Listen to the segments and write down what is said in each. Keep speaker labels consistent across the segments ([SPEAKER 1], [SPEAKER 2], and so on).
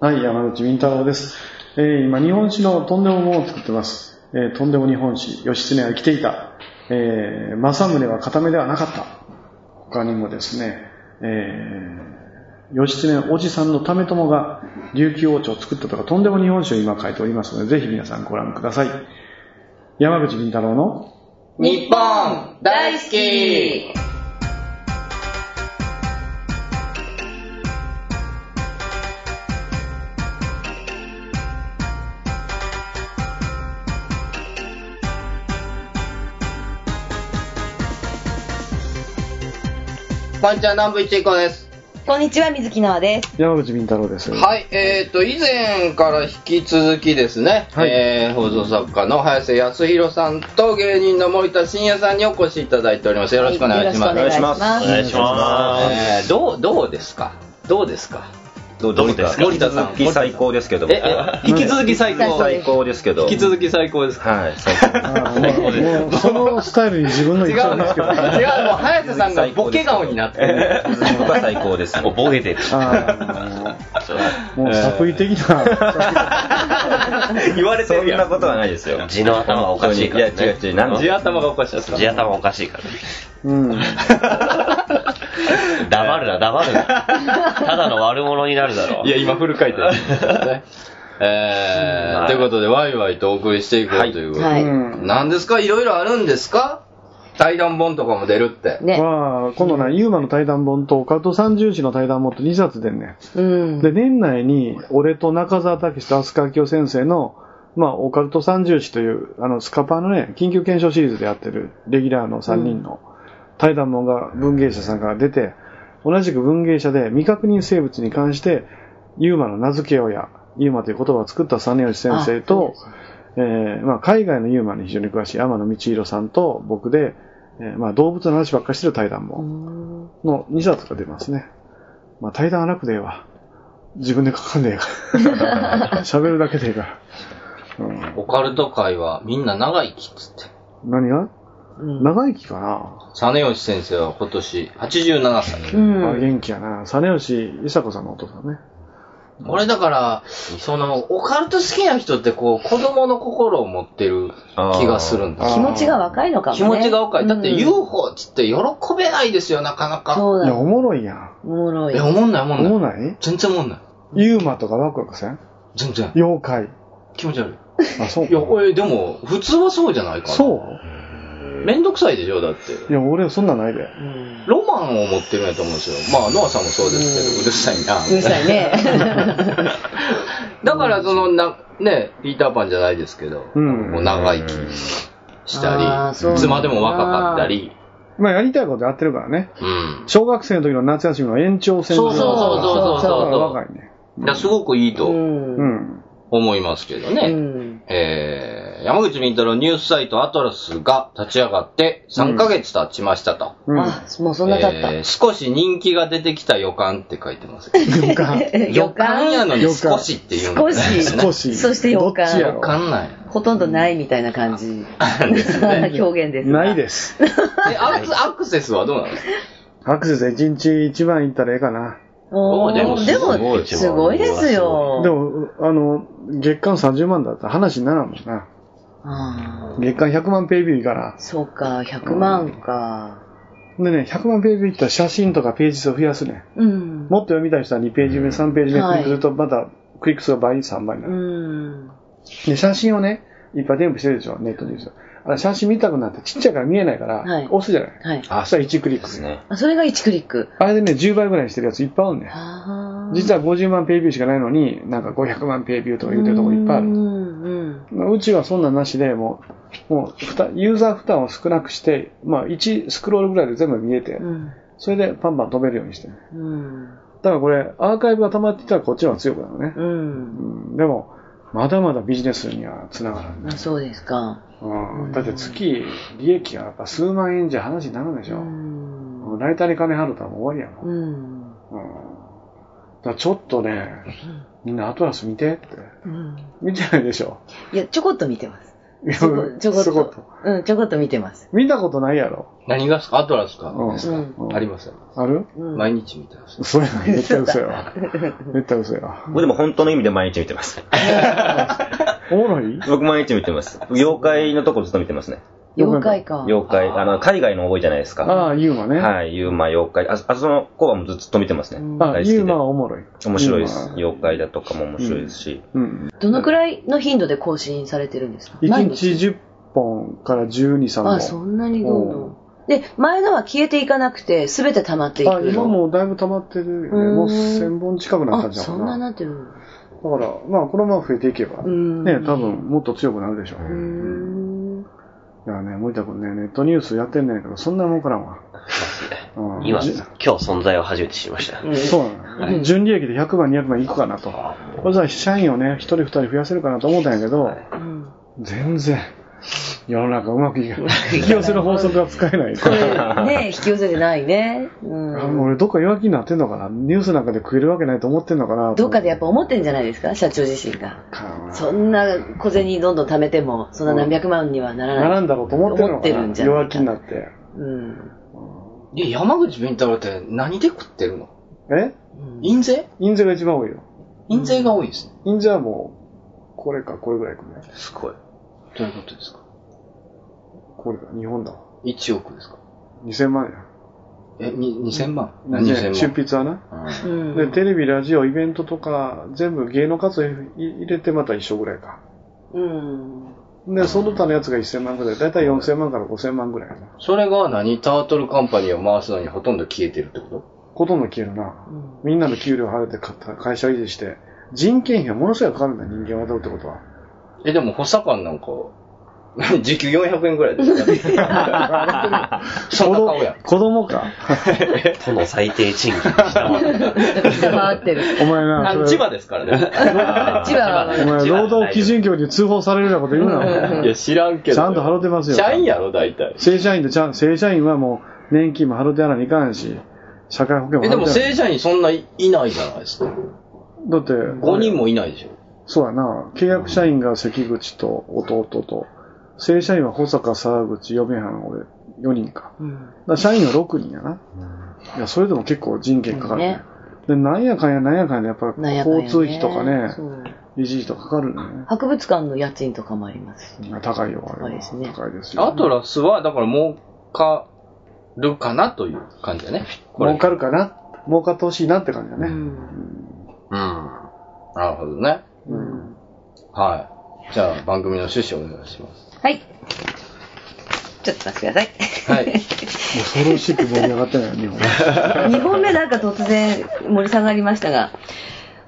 [SPEAKER 1] はい、山口敏太郎です。えー今、日本史のとんでもものを作ってます。えーとんでも日本史、義経は生きていた。えー政宗は固めではなかった。他にもですね、えー義経おじさんの為友が琉球王朝を作ったとか、とんでも日本史を今書いておりますので、ぜひ皆さんご覧ください。山口敏太郎の
[SPEAKER 2] 日本大好きこんにちは、南部一恵子です。
[SPEAKER 3] こんにちは、水木奈です。
[SPEAKER 1] 山口敏太郎です。
[SPEAKER 2] はい、えっ、と、以前から引き続きですね、
[SPEAKER 1] はい
[SPEAKER 2] えー放送作家の早瀬康弘さんと芸人の森田真也さんにお越しいただいております。よろしくお願いします。
[SPEAKER 3] よろしくお願いします。
[SPEAKER 4] お願いしま
[SPEAKER 2] えーどう、どうですかどうですか
[SPEAKER 4] す。どうどうですか
[SPEAKER 2] 森田さん
[SPEAKER 4] 引き続き最高ですけども。
[SPEAKER 2] え、え、引き続き最高。
[SPEAKER 4] 最高ですけど。
[SPEAKER 2] 引き続き最高ですか
[SPEAKER 4] はい、最高です。
[SPEAKER 1] あーもうもうそのスタイルに自分の
[SPEAKER 2] 違う
[SPEAKER 1] 一番
[SPEAKER 2] の、違うの、
[SPEAKER 1] で
[SPEAKER 2] もう
[SPEAKER 1] すけど。
[SPEAKER 2] 早瀬さんがボケ顔になってる。
[SPEAKER 4] 引き続き僕は最高です。お、ボケてる。
[SPEAKER 1] あーもう作為的な、
[SPEAKER 2] 言われて
[SPEAKER 4] そん
[SPEAKER 2] るや。
[SPEAKER 4] なんことはないですよ。
[SPEAKER 5] 地の頭はおかしいからね
[SPEAKER 4] いや、違う違う。なん
[SPEAKER 2] 地
[SPEAKER 4] で
[SPEAKER 2] 頭がおかしいですか
[SPEAKER 5] 地頭おかしいからね。
[SPEAKER 1] うん、
[SPEAKER 5] 黙るな、黙るな。ただの悪者になるだろう。
[SPEAKER 2] いや、今フル回転です ね。え
[SPEAKER 5] は
[SPEAKER 2] ー、
[SPEAKER 5] い
[SPEAKER 2] ということで、ワイワイとお送りしていこうということで。
[SPEAKER 3] は
[SPEAKER 1] う
[SPEAKER 3] い。
[SPEAKER 1] ん
[SPEAKER 2] 何ですかいろいろあるんですか対談本とかも出るって。
[SPEAKER 3] ね。
[SPEAKER 1] まあ、今度な、ユーマの対談本と、カウト三重士の対談本と2冊出んね
[SPEAKER 3] うん
[SPEAKER 1] ん。。で、年内に、俺と中澤武史と飛鳥明夫先生の、まあ、オカルト三重士という、あの、スカパーのね、緊急検証シリーズでやってる、レギュラーの3人の対談本が、文芸者さんから出て、同じく文芸者で未確認生物に関して、ユーマの名付け親、ユーマという言葉を作った実吉先生と、えーまあ、海外のユーマに非常に詳しい天野道弘さんと僕で、えーまあ、動物の話ばっかりしてる対談
[SPEAKER 3] う
[SPEAKER 1] も
[SPEAKER 3] ん
[SPEAKER 1] の2冊が出ますね。まあ、対談はなくでええわ。自分で書かんでええから。 喋るだけでええから。うん、
[SPEAKER 2] オカルト界はみんな長生きっつって。
[SPEAKER 1] 何が
[SPEAKER 3] うん
[SPEAKER 1] 長生きかな、
[SPEAKER 2] 実吉先生は今年87歳。
[SPEAKER 1] まあ、
[SPEAKER 3] うん。
[SPEAKER 1] 元気やな。実吉伊佐子さんのお父さんね。
[SPEAKER 2] 俺だから、その、オカルト好きな人ってこう、子供の心を持ってる気がするんで
[SPEAKER 1] あ
[SPEAKER 2] す
[SPEAKER 3] 気持ちが若いのかもね。
[SPEAKER 2] 気持ちが若い。だって
[SPEAKER 3] うん
[SPEAKER 2] UFO っつって喜べないですよ、なかなか。
[SPEAKER 3] そ
[SPEAKER 1] い
[SPEAKER 3] うだ
[SPEAKER 1] や、お
[SPEAKER 3] よ。
[SPEAKER 1] もろいやん。
[SPEAKER 3] おもろい
[SPEAKER 2] いや、。思んない思
[SPEAKER 1] おも
[SPEAKER 2] んない。
[SPEAKER 1] ない
[SPEAKER 2] 全然思んない。
[SPEAKER 1] ユーマとかワクワクせん
[SPEAKER 2] 全然。
[SPEAKER 1] 妖怪。
[SPEAKER 2] 気持ち悪い。
[SPEAKER 1] あ、そう
[SPEAKER 2] いや、これでも、普通はそうじゃないかな。
[SPEAKER 1] そう
[SPEAKER 2] めんどくさいでしょ、だって。
[SPEAKER 1] いや、俺そんなんないで。
[SPEAKER 3] うん
[SPEAKER 2] ロマンを持ってるんやと思うんですよ。まあ、ノアさんもそうですけど、うるさいな。
[SPEAKER 3] う るさい ね。
[SPEAKER 2] だから、その、な、ね、ピーターパンじゃないですけど、
[SPEAKER 1] うん
[SPEAKER 2] こう長生きした
[SPEAKER 3] あーそう。
[SPEAKER 2] り、いつまでも若かったり、
[SPEAKER 1] まあ、やりたいことやってるからね。
[SPEAKER 2] うん。
[SPEAKER 1] 小学生の時の夏休みの延長戦
[SPEAKER 2] そうそうそうそうそ
[SPEAKER 1] だか
[SPEAKER 2] う
[SPEAKER 1] ら
[SPEAKER 2] そう。
[SPEAKER 1] 若いね。
[SPEAKER 2] いやすごくいいうと
[SPEAKER 1] うんん。
[SPEAKER 2] 思いますけど
[SPEAKER 3] う
[SPEAKER 2] ね。
[SPEAKER 3] ん。
[SPEAKER 2] えー、山口み太郎ニュースサイトアトラスが立ち上がって3ヶ月経ちましたと。
[SPEAKER 1] うん。
[SPEAKER 3] あ、もうそんな経った。
[SPEAKER 2] えー少し人気が出てきた予感って書いて ます。
[SPEAKER 1] 予感。
[SPEAKER 2] 予感やのに少しっていうんだね
[SPEAKER 3] 予感少し
[SPEAKER 1] 少し。
[SPEAKER 3] そして
[SPEAKER 1] ど
[SPEAKER 3] 予
[SPEAKER 1] っ
[SPEAKER 3] 感
[SPEAKER 1] ちや
[SPEAKER 2] 予
[SPEAKER 1] ろ
[SPEAKER 2] 感なんや。
[SPEAKER 3] ほとんどないみたいな 感じ。表現で す。
[SPEAKER 1] ないです。
[SPEAKER 2] え、アクセアクセスはどうなの
[SPEAKER 1] アクセス1日1万いったらええかな。
[SPEAKER 3] おー。
[SPEAKER 2] で
[SPEAKER 3] で
[SPEAKER 2] もすご
[SPEAKER 3] も、
[SPEAKER 2] い
[SPEAKER 3] すごいですよ。
[SPEAKER 1] でも、あの、月間30万だったら話にならんもんな。
[SPEAKER 3] あー、
[SPEAKER 1] 月間100万ペイビューいから。
[SPEAKER 3] そうか、100万か。
[SPEAKER 1] でね、100万ペイビューいったら写真とかページ数を増やすね。
[SPEAKER 3] うん。
[SPEAKER 1] もっと読みたい人は2ページ目、3ページ目クリックすると、またクリック数が倍、3倍にな
[SPEAKER 3] う
[SPEAKER 1] る。
[SPEAKER 3] ん。
[SPEAKER 1] で、写真をね、いっぱい添付してるでしょ、ネットニュース。あれ、写真見たくなってちっちゃいから見えないから
[SPEAKER 3] はい、
[SPEAKER 1] 押すじゃない。
[SPEAKER 3] はい。
[SPEAKER 1] そしたら1クリッ
[SPEAKER 4] で
[SPEAKER 1] ク
[SPEAKER 4] す。ね。
[SPEAKER 3] あ、それが1クリック。
[SPEAKER 1] あれでね、10倍ぐらいにしてるやついっぱいあるねん。
[SPEAKER 3] あ
[SPEAKER 1] 実
[SPEAKER 3] は
[SPEAKER 1] は50万ペイビューしかないのに、なんか500万ペイビューとか言うてるとこいっぱいある
[SPEAKER 3] う。んうん。
[SPEAKER 1] まあうちはそんなんなしで、もう、もう負担、ユーザー負担を少なくして、まあ1スクロールぐらいで全部見えて
[SPEAKER 3] う、ん
[SPEAKER 1] それでパンパン飛べるようにしてる。
[SPEAKER 3] うん
[SPEAKER 1] だからこれ、アーカイブが溜まってきたらこっちの方が強くなるね。
[SPEAKER 3] うん。
[SPEAKER 1] うん、でも、まだまだビジネスには繋がらない、
[SPEAKER 3] あそうですか。
[SPEAKER 1] うん。だって月、利益がやっぱ数万円じゃ話にならないでし
[SPEAKER 3] う
[SPEAKER 1] ょ。
[SPEAKER 3] ん。
[SPEAKER 1] ライターに金払ったらもう終わりやもん。
[SPEAKER 3] うん。
[SPEAKER 1] うん。だからちょっとね、みんなアトラス見てって。
[SPEAKER 3] うん
[SPEAKER 1] 見てないでしょ。
[SPEAKER 3] いや、ちょこっと見てます。ちょこちょこっ
[SPEAKER 1] すごい
[SPEAKER 3] と。うん、ちょこっと見てます。
[SPEAKER 1] 見たことないやろ。
[SPEAKER 2] 何がですかアトラスか、
[SPEAKER 1] うん
[SPEAKER 2] ですか、
[SPEAKER 1] うん
[SPEAKER 2] ありますよ、
[SPEAKER 1] ある
[SPEAKER 3] うん
[SPEAKER 2] 毎日見てます。
[SPEAKER 1] 嘘やな。絶対嘘や わ。絶対嘘やわ。
[SPEAKER 4] 僕でも本当の意味で毎日見てます。
[SPEAKER 1] おもろい
[SPEAKER 4] 僕毎日見てます。妖怪のとこずっと見てますね。
[SPEAKER 3] 妖怪か。
[SPEAKER 4] 妖怪、あの、海外の多いじゃないですか。
[SPEAKER 1] ああ、ユーマね。
[SPEAKER 4] はい、ユーマ、妖怪。あ、あその子はもうずっと見てますね。
[SPEAKER 1] あ、
[SPEAKER 4] 大好き
[SPEAKER 1] ユー
[SPEAKER 4] で
[SPEAKER 1] マ。はおもろい。
[SPEAKER 4] 面白
[SPEAKER 1] ユ
[SPEAKER 4] いで
[SPEAKER 1] ー
[SPEAKER 4] す
[SPEAKER 1] マ。は
[SPEAKER 4] 妖怪だとかも面白いですし。
[SPEAKER 1] うん。
[SPEAKER 3] どのくらいの頻度で更新されてるんですか毎
[SPEAKER 1] 1日
[SPEAKER 3] 日
[SPEAKER 1] 10本から12、3本。
[SPEAKER 3] あ、そんなにどんどん。で、前のは消えていかなくて、すべて溜まっていく。
[SPEAKER 1] あ、今もうだいぶ溜まってるよね。
[SPEAKER 3] うん
[SPEAKER 1] もう1000本近くなったん
[SPEAKER 3] あ、
[SPEAKER 1] じゃん
[SPEAKER 3] そ
[SPEAKER 1] か
[SPEAKER 3] んな
[SPEAKER 1] な。だ
[SPEAKER 3] なってるの
[SPEAKER 1] から、まあ、このまま増えていけば、
[SPEAKER 3] う
[SPEAKER 1] ね、
[SPEAKER 3] ん。
[SPEAKER 1] 多分もっと強くなるでしょう。
[SPEAKER 3] うーん。
[SPEAKER 1] いやね、森田君ね、ネットニュースやってんねんけど、そんな儲から んわ。うん
[SPEAKER 5] 今、
[SPEAKER 1] じ
[SPEAKER 5] 今日存在を初めて知りました。
[SPEAKER 1] そうなの、純利益で100万、200万いくかなと。これさ、社員をね、一人二人増やせるかなと思ったんやけど、
[SPEAKER 3] うん
[SPEAKER 1] 全然、世の中うまくいかない。引き寄せの法則が使え ない。
[SPEAKER 3] これ、ね、引き寄せてないね。う。
[SPEAKER 1] あもうん俺、どっか弱気になってんのかなニュースなんかで食えるわけないと思ってんのかな
[SPEAKER 3] どっかでやっ
[SPEAKER 1] ぱ。
[SPEAKER 3] ぱ思ってんじゃないですか社長自身が。
[SPEAKER 1] か
[SPEAKER 3] そんな小銭どんどん貯めても、そんな何百万にはならない。
[SPEAKER 1] 並んだろうと思ってるのか
[SPEAKER 3] 思ってるんじ
[SPEAKER 1] な
[SPEAKER 3] ゃない
[SPEAKER 1] 弱
[SPEAKER 3] か
[SPEAKER 1] 気になって。
[SPEAKER 3] うん。
[SPEAKER 2] で、山口敏太郎って何で食ってるの
[SPEAKER 1] え
[SPEAKER 2] 印税
[SPEAKER 1] 印税が一番多いよ。
[SPEAKER 2] 印税が多いですね。
[SPEAKER 1] 印税はもう、これか、これぐらいいくね。
[SPEAKER 4] すごい。
[SPEAKER 2] どういうことですか
[SPEAKER 1] これか、日本だわ。
[SPEAKER 2] ?1 億ですか
[SPEAKER 1] 2000万や。
[SPEAKER 2] え、に2000万
[SPEAKER 1] ね
[SPEAKER 2] 何2000
[SPEAKER 1] 出
[SPEAKER 2] 万
[SPEAKER 1] 筆はな。
[SPEAKER 2] う
[SPEAKER 3] うんん。
[SPEAKER 1] で、テレビ、ラジオ、イベントとか、全部芸能活動い入れてまた一緒ぐらいか。
[SPEAKER 3] うん。
[SPEAKER 1] で、その他のやつが1000万ぐらい。だいたい4000万から5000万ぐらいやな。
[SPEAKER 2] それが何タートルカンパニーを回すのにほとんど消えてるってこ
[SPEAKER 1] ほとんど消えるな。みんなの給料払って買った会社を維持して、人件費がものすごいかかるんだ、人間はどうってことは。
[SPEAKER 2] とえ、でも補佐官なんか、 時給400円ぐらいですか そんな顔やん。
[SPEAKER 1] 子供か。
[SPEAKER 5] 都の最低賃金でしたわ。
[SPEAKER 3] 下回ってる。
[SPEAKER 1] お前な、
[SPEAKER 2] あ
[SPEAKER 1] そ
[SPEAKER 2] 千
[SPEAKER 1] れ
[SPEAKER 2] 葉ですから ね。
[SPEAKER 3] 千葉は
[SPEAKER 1] お前、労働基準局に通報されるようなこと言うな。
[SPEAKER 2] いや、知らんけど。
[SPEAKER 1] ちゃんと払ってますよ
[SPEAKER 2] 社員やろ、大体。
[SPEAKER 1] 正社員でちゃん、正社員はもう、年金も払ってやらにいかんし、社会保険も
[SPEAKER 2] え、でも
[SPEAKER 1] 払ってやら
[SPEAKER 2] 正社員そんないいないじゃないですか。
[SPEAKER 1] だって、
[SPEAKER 2] 5人もいないでしょ。
[SPEAKER 1] そうやな、契約社員が関口と弟と、正社員は保坂、沢口、嫁はん、俺、4人か。
[SPEAKER 3] うん。
[SPEAKER 1] だから社員は6人やな。いや、それでも結構人件かかるね。
[SPEAKER 3] ね
[SPEAKER 1] で、なんやかんやなんやかんや、やっぱ
[SPEAKER 3] なんやかんや
[SPEAKER 1] 交通費とかね、
[SPEAKER 3] そう
[SPEAKER 1] 維持費とかかかるね。
[SPEAKER 3] 博物館の家賃とかもありますし。
[SPEAKER 1] 高いよ、あれは。
[SPEAKER 3] 高いですね
[SPEAKER 1] 高いですよ。
[SPEAKER 2] アトラスは、だから儲かるかなという感じだね。これ
[SPEAKER 1] 儲かるかな儲かってほしいなって感じだ
[SPEAKER 3] う
[SPEAKER 1] ね。
[SPEAKER 3] ん。
[SPEAKER 2] うん。なるほどね。
[SPEAKER 1] うん。
[SPEAKER 2] はい。じゃあ、番組の趣旨をお願いします。
[SPEAKER 3] はい。ちょっと待ってください。
[SPEAKER 2] はい。
[SPEAKER 1] 恐ろしく盛り上がってないよ、日本。
[SPEAKER 3] 2本目なんか突然盛り下がりましたが、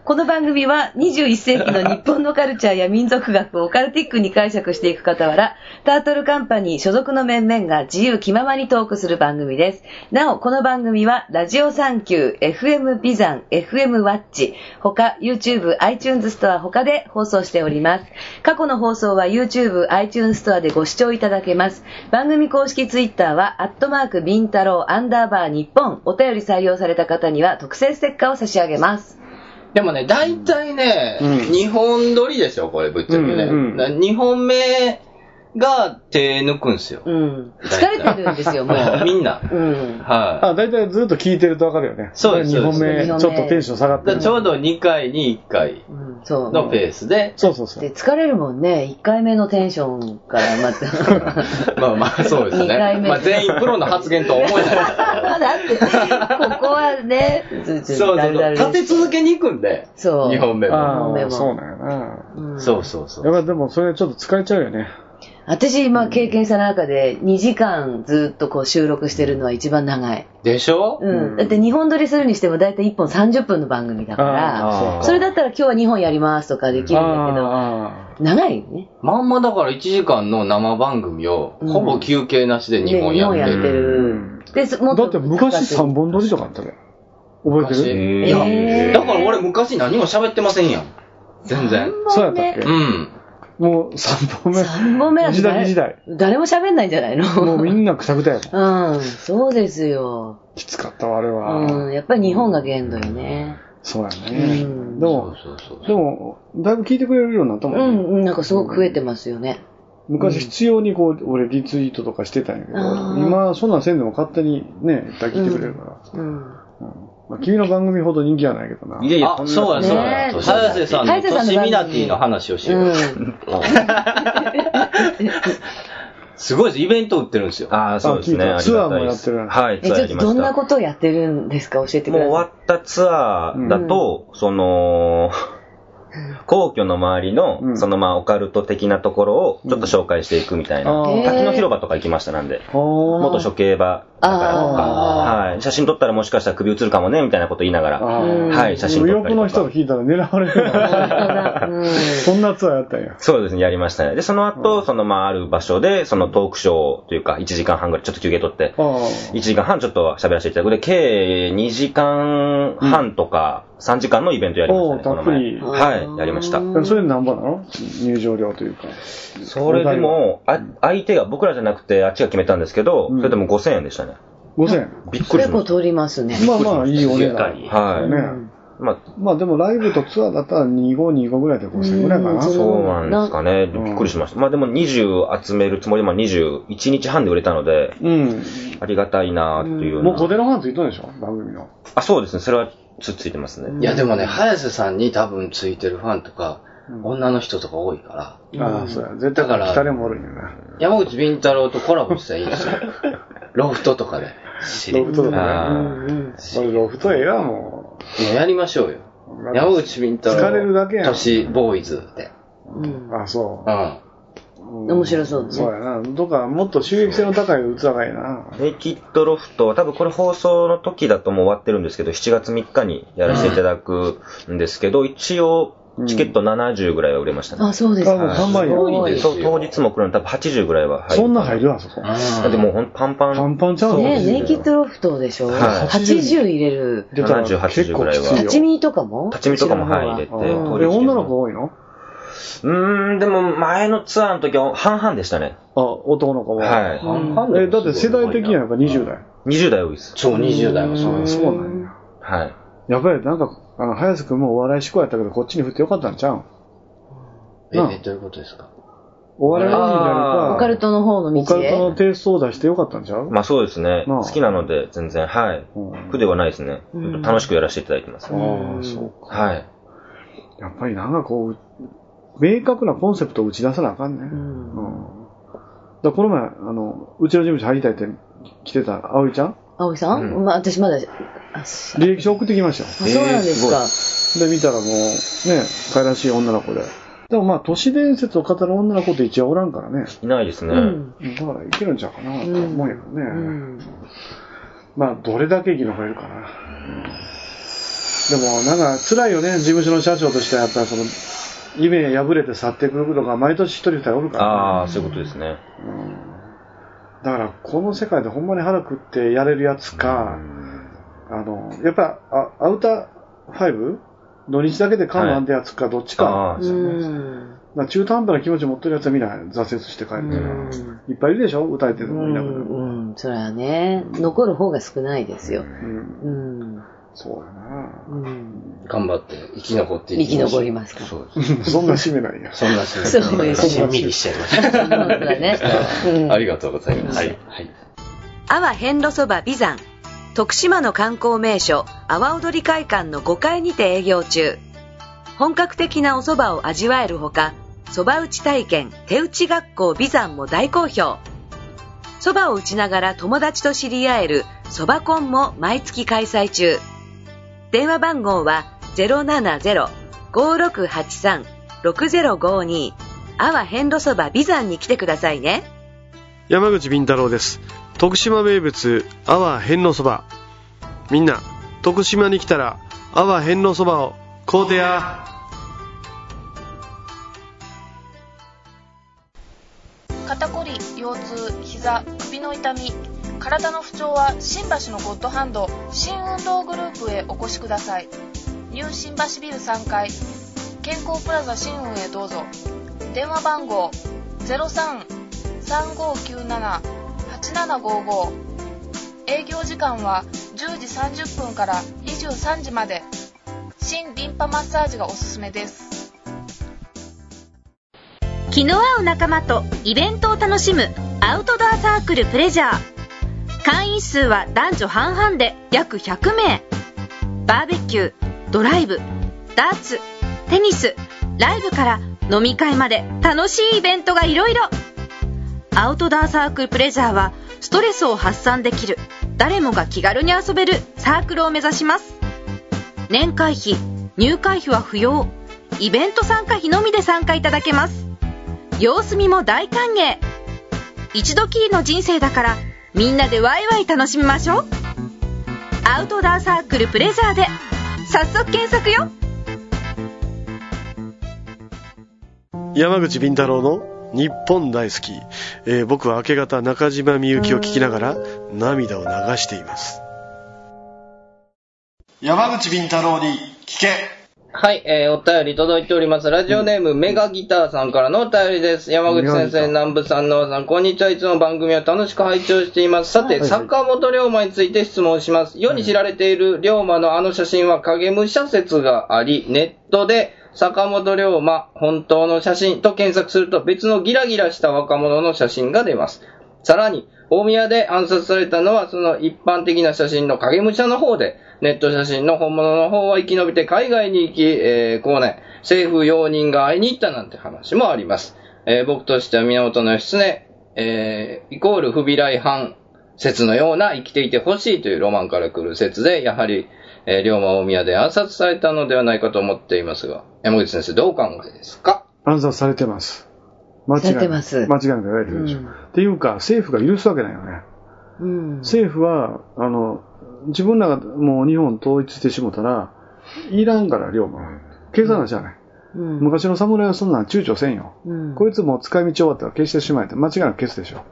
[SPEAKER 3] この番組は21世紀の日本のカルチャーや民族学をオカルティックに解釈していく傍ら、タートルカンパニー所属の面々が自由気ままにトークする番組です。なお、この番組は、ラジオサンキュー、FM ビザン、FM ワッチ、他、YouTube、iTunes ストア他で放送しております。過去の放送は YouTube、iTunes ストアでご視聴いただけます。番組公式 Twitter は、アットマーク、ビンタロウ、アンダーバー、日本、お便り採用された方には、特製ステッカーを差し上げます。
[SPEAKER 2] でもね、大体ね、
[SPEAKER 1] うん
[SPEAKER 2] 日本撮りでしょ、これ、ぶっちゃけね。
[SPEAKER 1] うんうん
[SPEAKER 2] な2本目が手抜くんすよ。
[SPEAKER 3] うん。疲れてるんです よ、もう。
[SPEAKER 2] みんな。
[SPEAKER 3] うん。
[SPEAKER 2] はい。
[SPEAKER 1] あ、だいたいずっと聞いてるとわかるよね。
[SPEAKER 2] そうです
[SPEAKER 1] 2本
[SPEAKER 2] そう
[SPEAKER 3] で
[SPEAKER 1] 目、
[SPEAKER 3] す
[SPEAKER 1] ちょっとテンション下がっ
[SPEAKER 2] だか
[SPEAKER 1] て
[SPEAKER 2] ら
[SPEAKER 1] る
[SPEAKER 2] ち。ょうど2回に1回
[SPEAKER 3] そう。
[SPEAKER 2] のペースで、
[SPEAKER 1] そうそうそう
[SPEAKER 3] で、。疲れるもんね。1回目のテンションからまた。
[SPEAKER 2] まあまあ、そうです
[SPEAKER 3] 二回
[SPEAKER 2] ね。
[SPEAKER 3] 目
[SPEAKER 2] まあ、全員プロの発言とは思え ないですから。
[SPEAKER 3] だって、ここはね、ずっと
[SPEAKER 2] そうそうそう。立て続けに行くんで。
[SPEAKER 3] そう
[SPEAKER 2] 2本目も。
[SPEAKER 1] あ
[SPEAKER 3] 二本目
[SPEAKER 1] あ、
[SPEAKER 3] も
[SPEAKER 1] そうなんやな。
[SPEAKER 3] うん
[SPEAKER 2] そうそうそ
[SPEAKER 1] やっ
[SPEAKER 2] う。
[SPEAKER 1] ぱでもそれちょっと疲れちゃうよね。
[SPEAKER 3] 私、今経験した中で、2時間ずっとこう収録してるのは一番長い。
[SPEAKER 2] でしょ
[SPEAKER 3] うん。だって2本撮りするにしても大体1本30分の番組だか
[SPEAKER 1] あ
[SPEAKER 3] ら、
[SPEAKER 1] ー
[SPEAKER 4] あー
[SPEAKER 3] それだったら今日は2本やりますとかできるんだけど、
[SPEAKER 1] あ
[SPEAKER 3] 長いよね。
[SPEAKER 2] まんまだから1時間の生番組を、
[SPEAKER 3] うん
[SPEAKER 2] ほぼ休憩なしで2
[SPEAKER 3] ね
[SPEAKER 2] 本やっ
[SPEAKER 3] 二
[SPEAKER 2] てる。
[SPEAKER 3] る。で、そも
[SPEAKER 1] あ。だって昔3本撮りとかあったで。覚えてる
[SPEAKER 2] 昔
[SPEAKER 4] え
[SPEAKER 2] いや、
[SPEAKER 3] えー
[SPEAKER 2] だから俺昔何も喋ってませんやん。全然。
[SPEAKER 1] そうやったっけ
[SPEAKER 2] うん。
[SPEAKER 1] もう3本目。
[SPEAKER 3] 3本目なんて
[SPEAKER 1] 時代時 代。
[SPEAKER 3] 誰も喋んないんじゃないの
[SPEAKER 1] もうみんなくたくたやもん。
[SPEAKER 3] うん、そうですよ。
[SPEAKER 1] きつかったわ、あれ
[SPEAKER 3] う
[SPEAKER 1] は。
[SPEAKER 3] ん、やっぱり日本が限度よね。
[SPEAKER 1] そうやね。で
[SPEAKER 3] うん
[SPEAKER 2] そ
[SPEAKER 1] も
[SPEAKER 2] う、そうそう。
[SPEAKER 1] でも、だいぶ聞いてくれるようになったも
[SPEAKER 3] うん
[SPEAKER 1] ね。
[SPEAKER 3] ん、なんかすごく増えてますよね。
[SPEAKER 1] 昔必要にこう、俺リツイートとかしてたんやけど、
[SPEAKER 3] あー
[SPEAKER 1] 今そんなんせんでも勝手にね、いっぱい来てくれるから。
[SPEAKER 3] うん。
[SPEAKER 1] まあ、君の番組ほど人気はないけどな。
[SPEAKER 4] いやいや、
[SPEAKER 2] あ、そうや、
[SPEAKER 4] だ
[SPEAKER 2] そう
[SPEAKER 3] ね
[SPEAKER 2] や。
[SPEAKER 3] え
[SPEAKER 2] 早瀬さんの
[SPEAKER 3] 早瀬
[SPEAKER 2] ト
[SPEAKER 3] さんの番組
[SPEAKER 2] シミナティの話をしよう。
[SPEAKER 3] うん。
[SPEAKER 2] すごいです。イベント売ってるんですよ。
[SPEAKER 4] ああ、そうですね。
[SPEAKER 1] あ聞いた
[SPEAKER 4] ありがたいで
[SPEAKER 1] ツ
[SPEAKER 4] す
[SPEAKER 1] アーもやってる
[SPEAKER 4] はい、
[SPEAKER 3] え、
[SPEAKER 4] ツ
[SPEAKER 3] ちょ
[SPEAKER 4] アーや
[SPEAKER 3] っ
[SPEAKER 4] り
[SPEAKER 3] と
[SPEAKER 4] まし
[SPEAKER 3] どん
[SPEAKER 4] た。
[SPEAKER 3] な
[SPEAKER 4] も
[SPEAKER 3] ことをやってるんですか教えて
[SPEAKER 4] う
[SPEAKER 3] くださ
[SPEAKER 4] 終
[SPEAKER 3] い。
[SPEAKER 4] わったツアーだと、その、皇居の周りの、
[SPEAKER 1] うん
[SPEAKER 4] そのまあオカルト的なところをちょっと紹介していくみたいな。
[SPEAKER 1] うんあー
[SPEAKER 4] 滝の広場とか行きました、なんで。元
[SPEAKER 1] 元
[SPEAKER 4] 処刑場だからとか、
[SPEAKER 2] あ
[SPEAKER 4] はい、写真撮ったらもしかしたら首映るかもね、みたいなこと言いながら。
[SPEAKER 3] うん
[SPEAKER 4] はい、写真
[SPEAKER 1] 右
[SPEAKER 4] 撮っ
[SPEAKER 1] 翼
[SPEAKER 4] たり
[SPEAKER 1] の
[SPEAKER 4] と
[SPEAKER 1] 人が
[SPEAKER 4] か。
[SPEAKER 1] 聞いたら狙われるな
[SPEAKER 3] うん。
[SPEAKER 1] そんなツアーやったんや。
[SPEAKER 4] そうですね、やりましたね。で、その後、そのまあある場所で、そのトークショーというか、1時間半ぐらいちょっと休憩取って、
[SPEAKER 1] ああ。
[SPEAKER 4] 1時間半ちょっと喋らせていただくで、計2時間半とか3時間のイベントやりました
[SPEAKER 1] おー
[SPEAKER 4] ね、こ
[SPEAKER 1] た
[SPEAKER 4] の
[SPEAKER 1] っぷ
[SPEAKER 4] 前
[SPEAKER 1] り。。
[SPEAKER 4] はい、やりました。
[SPEAKER 1] それなんぼなの入場料というか。
[SPEAKER 4] それでも、あ相手が、僕らじゃなくて、あっちが決めたんですけど、
[SPEAKER 1] うん
[SPEAKER 4] それでも5000円でしたね。
[SPEAKER 1] 5000円。
[SPEAKER 4] びっくりし
[SPEAKER 3] 結
[SPEAKER 4] ま
[SPEAKER 3] 構
[SPEAKER 4] した。
[SPEAKER 3] 通りますね。
[SPEAKER 1] まあまあ、いいお値
[SPEAKER 5] 確か
[SPEAKER 1] 段。ね
[SPEAKER 5] に。
[SPEAKER 4] はい。まあ、
[SPEAKER 1] まあでもライブとツアーだったら2525ぐらいで5000円ぐらいかな。
[SPEAKER 3] うん
[SPEAKER 4] そうなんですかね。びっくりしました。まあでも20集めるつもり、まあ21日半で売れたので、
[SPEAKER 1] うん。
[SPEAKER 4] ありがたいなーっていうような
[SPEAKER 1] もう小手のファンついとんでしょ番組の。
[SPEAKER 4] あ、そうですね。それはつついてますね。
[SPEAKER 2] いや、でもね、早瀬さんに多分ついてるファンとか、女の人とか多いから、
[SPEAKER 1] ああ、そうや。絶対
[SPEAKER 2] だから
[SPEAKER 1] 来たれもおるんやな。
[SPEAKER 2] 山口敏太郎とコラボしたらいい んですよ。ロフトとかで。知
[SPEAKER 1] ロ
[SPEAKER 2] り
[SPEAKER 1] フトとか
[SPEAKER 4] あ
[SPEAKER 1] ね。
[SPEAKER 4] ー
[SPEAKER 1] これロフトええわ、も
[SPEAKER 2] いややりましょうよ。
[SPEAKER 1] う。
[SPEAKER 2] 山口敏太郎。
[SPEAKER 1] 疲れるだけやん
[SPEAKER 2] 都市ボーイズで。
[SPEAKER 3] うん
[SPEAKER 1] あ、そう
[SPEAKER 2] う。
[SPEAKER 1] う
[SPEAKER 2] ん。
[SPEAKER 1] ん
[SPEAKER 3] 面白そうね
[SPEAKER 1] そうやな。とか、もっと収益性の高い器がいいな。
[SPEAKER 4] ネイキッドロフトは多分これ放送の時だともう終わってるんですけど、7月3日にやらせていただくんですけど、一応チケット70ぐらいは売れましたね。
[SPEAKER 3] あ、そうです
[SPEAKER 1] あもう
[SPEAKER 3] か。
[SPEAKER 1] 完売や
[SPEAKER 3] すごい
[SPEAKER 2] です
[SPEAKER 4] そう
[SPEAKER 2] よ
[SPEAKER 4] 当日も来るの多分80ぐらいは入る。
[SPEAKER 1] そんなん入るわ、そこ。
[SPEAKER 4] だってもうほんとパンパ
[SPEAKER 1] パ
[SPEAKER 4] ン。
[SPEAKER 1] ンパンちゃうの
[SPEAKER 3] ねネイキッドロフトでしょ。
[SPEAKER 4] はい
[SPEAKER 3] 80入れる。
[SPEAKER 1] 出たら
[SPEAKER 4] 70 80
[SPEAKER 1] 結構きつ
[SPEAKER 4] ぐ
[SPEAKER 1] い
[SPEAKER 4] らい
[SPEAKER 1] よ
[SPEAKER 3] 立ち。見とかも
[SPEAKER 4] 立ち見とかも入れて。
[SPEAKER 1] あ
[SPEAKER 4] 通り
[SPEAKER 1] ー
[SPEAKER 4] 過
[SPEAKER 1] え
[SPEAKER 4] ぎ
[SPEAKER 1] 女の子多いの
[SPEAKER 4] うーん、でも前のツアーの時は半々でしたね。
[SPEAKER 1] あ、男の子は。
[SPEAKER 4] は
[SPEAKER 1] え、だって世代的にはやっぱ20代。
[SPEAKER 4] い。20代多いです。
[SPEAKER 2] そう、20代もそうなんです
[SPEAKER 1] そうなんや。
[SPEAKER 4] はい。
[SPEAKER 1] やっぱりなんか、あの、早瀬くんもお笑い志向やったけど、こっちに振ってよかったんちゃうん
[SPEAKER 2] え、
[SPEAKER 1] うん
[SPEAKER 2] えどういうことですか
[SPEAKER 1] お笑い人になる
[SPEAKER 4] あ
[SPEAKER 1] か、
[SPEAKER 4] ー
[SPEAKER 3] オカルトの方の
[SPEAKER 1] オカ
[SPEAKER 3] 道
[SPEAKER 1] ル
[SPEAKER 3] へ
[SPEAKER 1] ト。のテイストを出してよかったんちゃう、
[SPEAKER 4] まあそうですね。
[SPEAKER 1] まあ
[SPEAKER 4] 好きなので全然、はい。
[SPEAKER 1] うん
[SPEAKER 4] 苦ではないですね。楽しくやらせていただいてます。
[SPEAKER 1] ああ、そうか。
[SPEAKER 4] はい。
[SPEAKER 1] やっぱりなんかこう、明確なコンセプトを打ち出さなあかんね。
[SPEAKER 3] う
[SPEAKER 1] うん。
[SPEAKER 3] ん
[SPEAKER 1] だからこの前、あの、うちの事務所入りたいって来てた葵ちゃん
[SPEAKER 3] 青木さん、
[SPEAKER 4] うん
[SPEAKER 3] まあ、私まだ、あ、そ
[SPEAKER 1] 履歴書送ってきましたよ。
[SPEAKER 3] あそうなんですか。
[SPEAKER 1] で、見たらもう、ね、可愛らしい女の子で。でもまあ、都市伝説を語る女の子って一応おらんからね。
[SPEAKER 4] いないですね。
[SPEAKER 3] うん。
[SPEAKER 1] だからいけるんちゃうかなと思うんやけどね。
[SPEAKER 3] うん。
[SPEAKER 1] まあ、どれだけ生き残れるかな。でも、なんか、辛いよね、事務所の社長としては、やっぱりその、夢破れて去っていくのが毎年一人二人おるからね、
[SPEAKER 4] ああ、そういうことですね。
[SPEAKER 1] だから、この世界でほんまに腹くってやれるやつか、あの、やっぱ、あアウター 5? 土日だけで勘なんてやつか、どっちか。
[SPEAKER 4] ああ、
[SPEAKER 3] う。
[SPEAKER 4] そうん
[SPEAKER 1] まあ中途半端な気持ち持ってるやつはみんな挫折して帰るから、いっぱいいるでしょ歌えてる
[SPEAKER 3] う
[SPEAKER 1] のもいなくても、
[SPEAKER 3] ん。うん。それはね、残る方が少ないですよ。
[SPEAKER 1] うん、
[SPEAKER 3] うん。う
[SPEAKER 1] そうやな
[SPEAKER 3] ん。
[SPEAKER 2] 頑張って、生き残って
[SPEAKER 3] 生き残り
[SPEAKER 2] ま
[SPEAKER 3] ますか。そう
[SPEAKER 1] そんな締めないや
[SPEAKER 2] そんなし
[SPEAKER 3] そうです
[SPEAKER 2] しんみりしちゃいました。
[SPEAKER 3] だね。うん。
[SPEAKER 2] ありがとうございます。
[SPEAKER 5] はい
[SPEAKER 2] はい。
[SPEAKER 3] 阿波遍路そば美山徳島の観光名所阿波踊り会館の5階にて営業中本格的なお蕎麦を味わえるほか蕎麦打ち体験手打ち学校美山も大好評蕎麦を打ちながら友達と知り合える蕎麦コンも毎月開催中電話番号は070-5683-6052阿波遍路そば美山に来てくださいね
[SPEAKER 6] 山口敏太郎です徳島名物阿波遍路そばみんな徳島に来たら阿波遍路そばを買うてや
[SPEAKER 7] 肩こり腰痛膝首の痛み体の不調は新橋のゴッドハンド新運動グループへお越しくださいニュー新橋ビル3階健康プラザ新運へどうぞ電話番号0335978755営業時間は10時30分から23時まで新リンパマッサージがおすすめです
[SPEAKER 8] 気の合う仲間とイベントを楽しむアウトドアサークルプレジャー会員数は男女半々で約100名バーベキュードライブダーツテニスライブから飲み会まで楽しいイベントがいろいろアウトドアサークルプレジャーはストレスを発散できる誰もが気軽に遊べるサークルを目指します年会費入会費は不要イベント参加費のみで参加いただけます様子見も大歓迎一度きりの人生だからみんなでワイワイ楽しみましょうアウトドアサークルプレジャーで早速検索よ
[SPEAKER 6] 山口敏太郎の日本大好き、えー僕は明け方中島みゆきを聞きながら涙を流しています山口敏太郎に聞け
[SPEAKER 2] はい、えー、お便り届いております。ラジオネーム、メガギターさんからのお便りです。山口先生、南部さん、野さん、こんにちは。いつも番組を楽しく拝聴しています。さて、
[SPEAKER 1] はい
[SPEAKER 2] 坂本龍馬について質問します。世に知られている龍馬のあの写真は影武者説があり、ネットで、坂本龍馬、本当の写真と検索すると別のギラギラした若者の写真が出ます。さらに、大宮で暗殺されたのはその一般的な写真の影武者の方で、ネット写真の本物の方は生き延びて海外に行き、えー、こうね、政府容認が会いに行ったなんて話もあります。えー僕としては源義経、えーイコール不備来犯説のような生きていてほしいというロマンから来る説で、やはり、えー龍馬大宮で暗殺されたのではないかと思っていますが、山口先生どうお考えですか
[SPEAKER 1] 暗殺されてます。間
[SPEAKER 3] されてます
[SPEAKER 1] 間違いなく言われてるでしょ。
[SPEAKER 3] うん
[SPEAKER 1] っていうか、政府が許すわけないよね。
[SPEAKER 3] うん。
[SPEAKER 1] 政府は、あの、自分らがもう日本統一してしもたら、いらんから、龍馬は。計算なんじゃない。
[SPEAKER 3] うん。
[SPEAKER 1] 昔の侍はそんなん躊躇せんよ。
[SPEAKER 3] うん
[SPEAKER 1] こいつもう使い道終わったら消してしまえって間違いなく消すでしょ。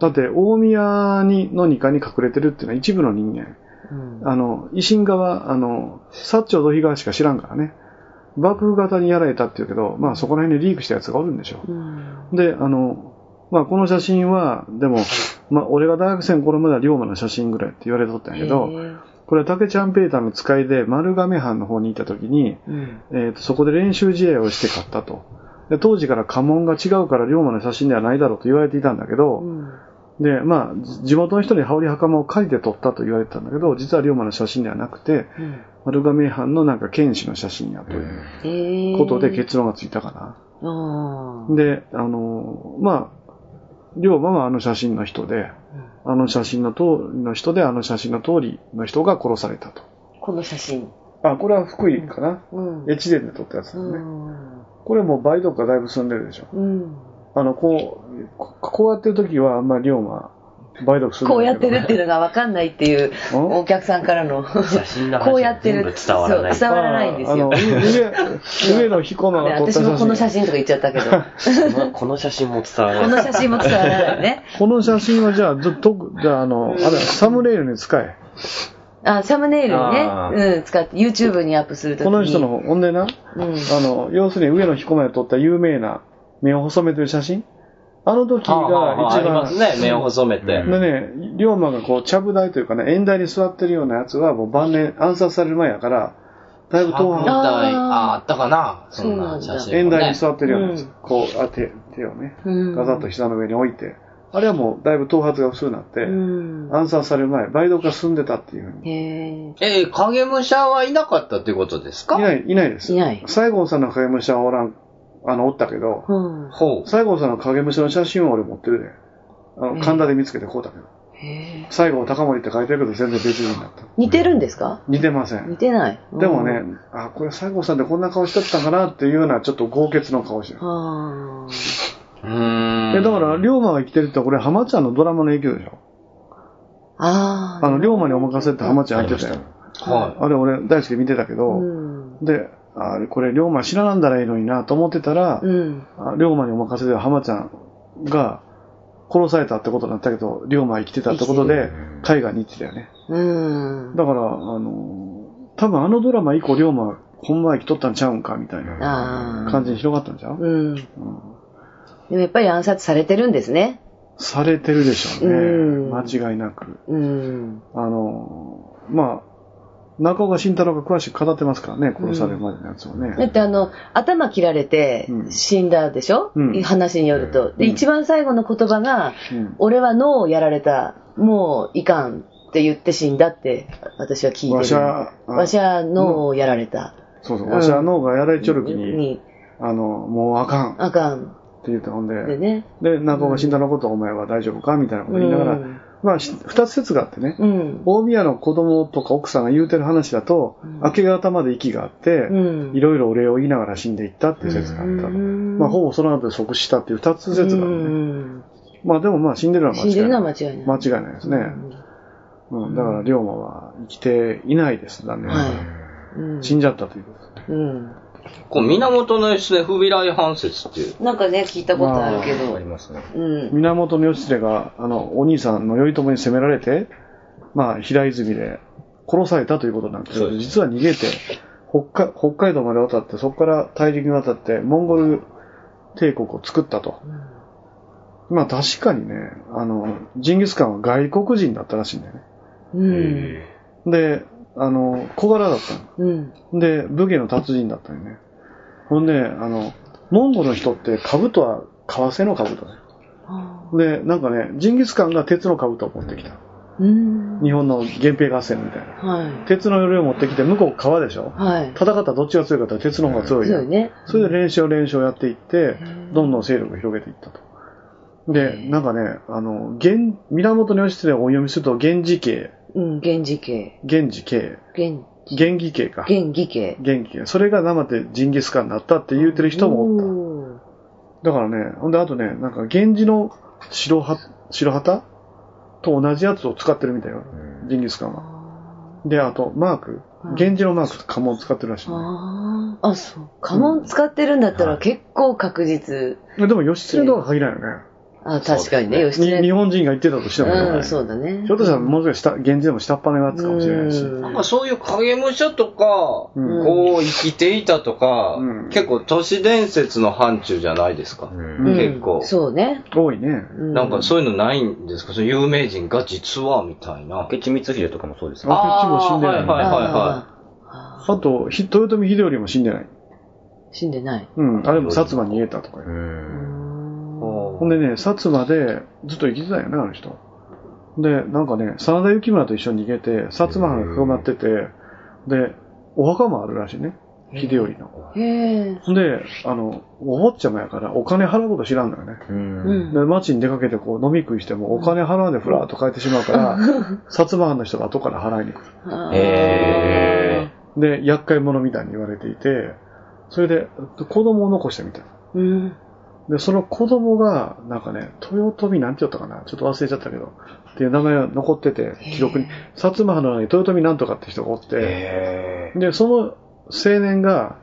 [SPEAKER 1] だって、大宮にの二階に隠れてるっていうのは一部の人間。
[SPEAKER 3] うん
[SPEAKER 1] あの、維新側、あの、薩長土肥側しか知らんからね。幕府型にやられたっていうけど、まあそこら辺でリークしたやつがおるんでしょ
[SPEAKER 3] う。ん
[SPEAKER 1] で、あの、まあこの写真は、でも、まあ俺が大学生の頃までは龍馬の写真ぐらいって言われとったんやけど、これは竹ちゃんペーターの使いで丸亀藩の方にいた時に、
[SPEAKER 3] うん
[SPEAKER 1] えーとそこで練習試合をして勝ったと。で当時から家紋が違うから龍馬の写真ではないだろうと言われていたんだけど、で、まあ、じ地元の人に羽織袴を借りて撮ったと言われてたんだけど、実は龍馬の写真ではなくて、
[SPEAKER 3] うん
[SPEAKER 1] 丸亀藩のなんか剣士の写真やという
[SPEAKER 3] えー
[SPEAKER 1] ことで結論がついたかな。
[SPEAKER 3] あー
[SPEAKER 1] で、あのーまあ、龍馬はあの写真の人で、あの写真の通りの人で、あの写真の通りの人が殺されたと。
[SPEAKER 3] この写真。
[SPEAKER 1] あ、これは福井かな、
[SPEAKER 3] うん。
[SPEAKER 1] 越前で撮ったやつだ
[SPEAKER 3] う
[SPEAKER 1] ね。
[SPEAKER 3] ん。
[SPEAKER 1] これもう梅毒がだいぶ進んでるでしょ。
[SPEAKER 3] うん。
[SPEAKER 1] あの、こう、ここうやってる時はあんまり龍馬、梅毒するん
[SPEAKER 3] こうや
[SPEAKER 1] だ
[SPEAKER 3] っ
[SPEAKER 1] けど
[SPEAKER 3] て
[SPEAKER 1] ね、
[SPEAKER 3] るっていうのがわかんないっていう、
[SPEAKER 1] うん
[SPEAKER 3] お客さんからの。
[SPEAKER 5] 写真の話
[SPEAKER 3] こうやってる。
[SPEAKER 5] 全部伝わらない
[SPEAKER 3] そう伝わらないんですよ。
[SPEAKER 1] ああの上、上野彦馬
[SPEAKER 3] ね
[SPEAKER 1] が撮った
[SPEAKER 3] 私
[SPEAKER 1] 写真。
[SPEAKER 3] もこの写真とか言っちゃった けど、こ
[SPEAKER 5] このこの写真も伝わら
[SPEAKER 3] の
[SPEAKER 5] ない。
[SPEAKER 3] 写真も伝わらないね。
[SPEAKER 1] この写真はじゃあ、どとじゃあ、あの、あれ、サムネイルに使え。
[SPEAKER 3] あ、サムネイルに
[SPEAKER 4] あ
[SPEAKER 3] ね、うん、使って YouTube にアップするとき
[SPEAKER 1] こ
[SPEAKER 3] に。
[SPEAKER 1] の人の、ほんでな、
[SPEAKER 3] うん。
[SPEAKER 1] あの、要するに上野彦馬で撮った有名な目を細めてる写真。あの時が
[SPEAKER 2] はあはあはあ
[SPEAKER 1] 一
[SPEAKER 2] あります
[SPEAKER 1] 番。
[SPEAKER 2] ね、目を細めて。
[SPEAKER 4] うん
[SPEAKER 1] でね、龍馬がこう、ちゃぶ台というかね、縁台に座ってるようなやつは、もう晩年暗殺される前やから、だいぶ遠
[SPEAKER 2] あった
[SPEAKER 1] 半、
[SPEAKER 2] ああったかなそんな写真
[SPEAKER 1] 縁
[SPEAKER 2] もね、
[SPEAKER 1] 台に座ってるようなやつ、
[SPEAKER 3] うん
[SPEAKER 1] こう、あ手、手をね、
[SPEAKER 3] うん
[SPEAKER 1] ガザッと膝の上に置いて、あれはもうだいぶ頭髪が薄くなって、
[SPEAKER 3] うん。
[SPEAKER 1] 暗殺される前、梅毒が進んでたっていうふうに。
[SPEAKER 3] へえ。
[SPEAKER 2] えー、影武者はいなかったってことです
[SPEAKER 1] い
[SPEAKER 2] か
[SPEAKER 1] ない、いないです。
[SPEAKER 3] いない
[SPEAKER 1] 西郷さんの影武者はおらん、あの、おったけど、
[SPEAKER 3] うん。
[SPEAKER 2] ほう。
[SPEAKER 1] 西郷さんの影武者の写真を俺持ってるで。あ
[SPEAKER 3] う
[SPEAKER 1] の、
[SPEAKER 3] ん
[SPEAKER 1] 神田で見つけてこうだけど。
[SPEAKER 3] へえ。
[SPEAKER 1] 西郷高森って書いてるけど全然別人だった。
[SPEAKER 3] 似てるんですか
[SPEAKER 1] 似てませ
[SPEAKER 3] 似
[SPEAKER 1] ん。
[SPEAKER 3] てない。うん
[SPEAKER 1] でもね。、あ、これ西郷さんってこんな顔しとったかなっていうようなちょっと豪傑の顔してる。
[SPEAKER 3] ああ。
[SPEAKER 2] うーん。
[SPEAKER 1] え、だから、龍馬が生きてるってこれ浜ちゃんのドラマの影響でしょ。
[SPEAKER 3] ああ。
[SPEAKER 1] あの、龍馬にお任せって浜ちゃんやってたよ。
[SPEAKER 2] は
[SPEAKER 1] あれ俺大好きで見てたけど、
[SPEAKER 3] うん。
[SPEAKER 1] で、あこれ龍馬知らなんだらいいのになと思ってたら、
[SPEAKER 3] うん。
[SPEAKER 1] あ龍馬にお任せで浜ちゃんが殺されたってことになったけど、龍馬は生きてたってことで、海外に行ってたよね。
[SPEAKER 3] うん。
[SPEAKER 1] だから、あのー多分あのドラマ以降龍馬はほんまは生きとったんちゃうんかみたいな
[SPEAKER 3] ああ。
[SPEAKER 1] 感じに広がったんちゃう、
[SPEAKER 3] うん。でもやっぱり暗殺されてるんですね。
[SPEAKER 1] されてるでしょうね。
[SPEAKER 3] うん
[SPEAKER 1] 間違いなく。
[SPEAKER 3] うん。
[SPEAKER 1] あのーまあ、中岡慎太郎が詳しく語ってますからね、殺されるまでのやつをね。
[SPEAKER 3] だってあの、頭切られて
[SPEAKER 1] うん
[SPEAKER 3] 死んだでしょ、
[SPEAKER 1] うん
[SPEAKER 3] 話によると。で、
[SPEAKER 1] うん
[SPEAKER 3] 一番最後の言葉が、
[SPEAKER 1] うん
[SPEAKER 3] 俺は脳をやられた、もういかんって言って死んだって、私は聞いてる。
[SPEAKER 1] わしゃあ
[SPEAKER 3] わしは脳をやられた。
[SPEAKER 1] そうそう、
[SPEAKER 3] うん
[SPEAKER 1] わしは脳がやられちょる気に、
[SPEAKER 3] に、
[SPEAKER 1] あの、もうあかんって
[SPEAKER 3] あかん
[SPEAKER 1] 言ってほんで、
[SPEAKER 3] でね。
[SPEAKER 1] で、中岡慎太郎のことお前は大丈夫かみたいなこと言いながら、
[SPEAKER 3] うん
[SPEAKER 1] まあ、し二つ説があってね、
[SPEAKER 3] うん。
[SPEAKER 1] 大宮の子供とか奥さんが言うてる話だと、
[SPEAKER 3] うん
[SPEAKER 1] 明け方まで息があって、
[SPEAKER 3] うん
[SPEAKER 1] いろいろお礼を言いながら死んでいったっていう説があった。
[SPEAKER 3] うん
[SPEAKER 1] まあ、ほぼその後で即死したっていう二つ説があ
[SPEAKER 3] う
[SPEAKER 1] るね。
[SPEAKER 3] ん
[SPEAKER 1] まあ、でもまあ、死んでるのは間
[SPEAKER 3] 死ん
[SPEAKER 1] 違
[SPEAKER 3] でる
[SPEAKER 1] い
[SPEAKER 3] の
[SPEAKER 1] な。
[SPEAKER 3] はい間違いない。
[SPEAKER 1] 間違いないですね。うん、だから、龍馬は生きていないです、残念ながら。
[SPEAKER 3] はい。うん
[SPEAKER 1] 死んじゃったということです。
[SPEAKER 3] うん。
[SPEAKER 2] こう源義経不備来反説っていう。
[SPEAKER 3] なんかね、聞いたことあるけ
[SPEAKER 4] あ
[SPEAKER 3] ど
[SPEAKER 4] り。ますね。
[SPEAKER 3] うん。
[SPEAKER 1] 源義経が、あの、お兄さんの頼朝に攻められて、まあ、平泉で殺されたということなんですけ
[SPEAKER 4] そう
[SPEAKER 1] ど、
[SPEAKER 4] です
[SPEAKER 1] 実は逃げて、北海北海道まで渡って、そこから大陸に渡って、モンゴル帝国を作ったと。まあ、確かにね、あの、ジンギスカンは外国人だったらしいんだよね。
[SPEAKER 3] うん。
[SPEAKER 1] で、あの、小柄だったの。
[SPEAKER 3] うん。
[SPEAKER 1] で、武芸の達人だったよね。ほんで、あの、モンゴルの人って兜は革製の兜ね。で、なんかね、ジンギスカンが鉄の兜を持ってきた。
[SPEAKER 3] うん。
[SPEAKER 1] 日本の源平合戦みたいな。
[SPEAKER 3] は
[SPEAKER 1] 鉄の鎧を持ってきて、向こう革でしょ
[SPEAKER 3] い。はい。
[SPEAKER 1] 戦ったらどっちが強いかって言ったら鉄の方が強い
[SPEAKER 3] 強
[SPEAKER 1] や
[SPEAKER 3] い
[SPEAKER 1] ん。
[SPEAKER 3] ね。
[SPEAKER 1] それで練習練習をやっていって、どんどん勢力を広げていったと。で、なんかね、あの、源、源義経をお読みすると、源氏系、
[SPEAKER 3] うん、源氏系。
[SPEAKER 1] 源氏系、
[SPEAKER 3] 源、
[SPEAKER 1] 源義系か。
[SPEAKER 3] 源義系。
[SPEAKER 1] 源氏系。それが生でジンギスカンになったって言うてる人もおった。だ
[SPEAKER 3] お
[SPEAKER 1] からね、ほんであとね、なんか源氏の白は白旗と同じやつを使ってるみたいよ、ジンギスカンは。で、あとマーク、
[SPEAKER 3] うん
[SPEAKER 1] 源氏のマークと家紋使ってるらしい
[SPEAKER 3] ー
[SPEAKER 1] ね、
[SPEAKER 3] あーあ、そう。家紋使ってるんだったら結構確実。
[SPEAKER 1] でも義経とは限らないよね。
[SPEAKER 3] あ確かにね、義
[SPEAKER 1] に日
[SPEAKER 3] 経。
[SPEAKER 1] 本人が言ってたとしてもね、
[SPEAKER 3] うん、そうだね。
[SPEAKER 1] ひょっとしたらもう少し下源氏でも下っ端のやつかもしれないし。
[SPEAKER 3] うん
[SPEAKER 2] なんかそういう影武者とか、
[SPEAKER 1] うん
[SPEAKER 2] こう生きていたとか、
[SPEAKER 1] うん
[SPEAKER 2] 結構都市伝説の範疇じゃないですか。
[SPEAKER 4] うん
[SPEAKER 2] 結構
[SPEAKER 3] うんそうね。
[SPEAKER 1] 多いね。
[SPEAKER 3] う
[SPEAKER 2] なんかそういうのないんですかその有名人が実はみたいな。
[SPEAKER 4] 明智光秀とかもそうですね。
[SPEAKER 1] あこっちも死んで
[SPEAKER 2] あ
[SPEAKER 1] ない
[SPEAKER 2] ーはいはいはいは
[SPEAKER 1] あと、ひ豊臣秀頼も死んでない。
[SPEAKER 3] 死んでない。
[SPEAKER 1] うん。あれも薩摩に逃げたとか
[SPEAKER 4] う。ん。
[SPEAKER 2] い。
[SPEAKER 1] ほんでね、薩摩でずっと生きてたよね、あの人。で、なんかね、真田幸村と一緒に逃げて、薩摩藩が囲まってて、で、お墓もあるらしいね、秀頼の。
[SPEAKER 3] へえ。
[SPEAKER 1] ほんで、あの、お坊ちゃまやからお金払うこと知らんのよね。
[SPEAKER 4] う。
[SPEAKER 3] うんん。
[SPEAKER 1] で、街に出かけてこう飲み食いしてもお金払わんでふらーっと帰ってしまうから、薩摩藩の人が後から払いに来る。
[SPEAKER 3] あー
[SPEAKER 4] え
[SPEAKER 1] で、厄介者みたいに言われていて、それで子供を残してみたい。
[SPEAKER 3] うん。
[SPEAKER 1] で、その子供が、なんかね、豊臣なんて言ったかな、ちょっと忘れちゃったけど、っていう名前が残ってて、記録に、薩摩藩の中に豊臣なんとかって人がおって、
[SPEAKER 4] え
[SPEAKER 1] で、その青年が、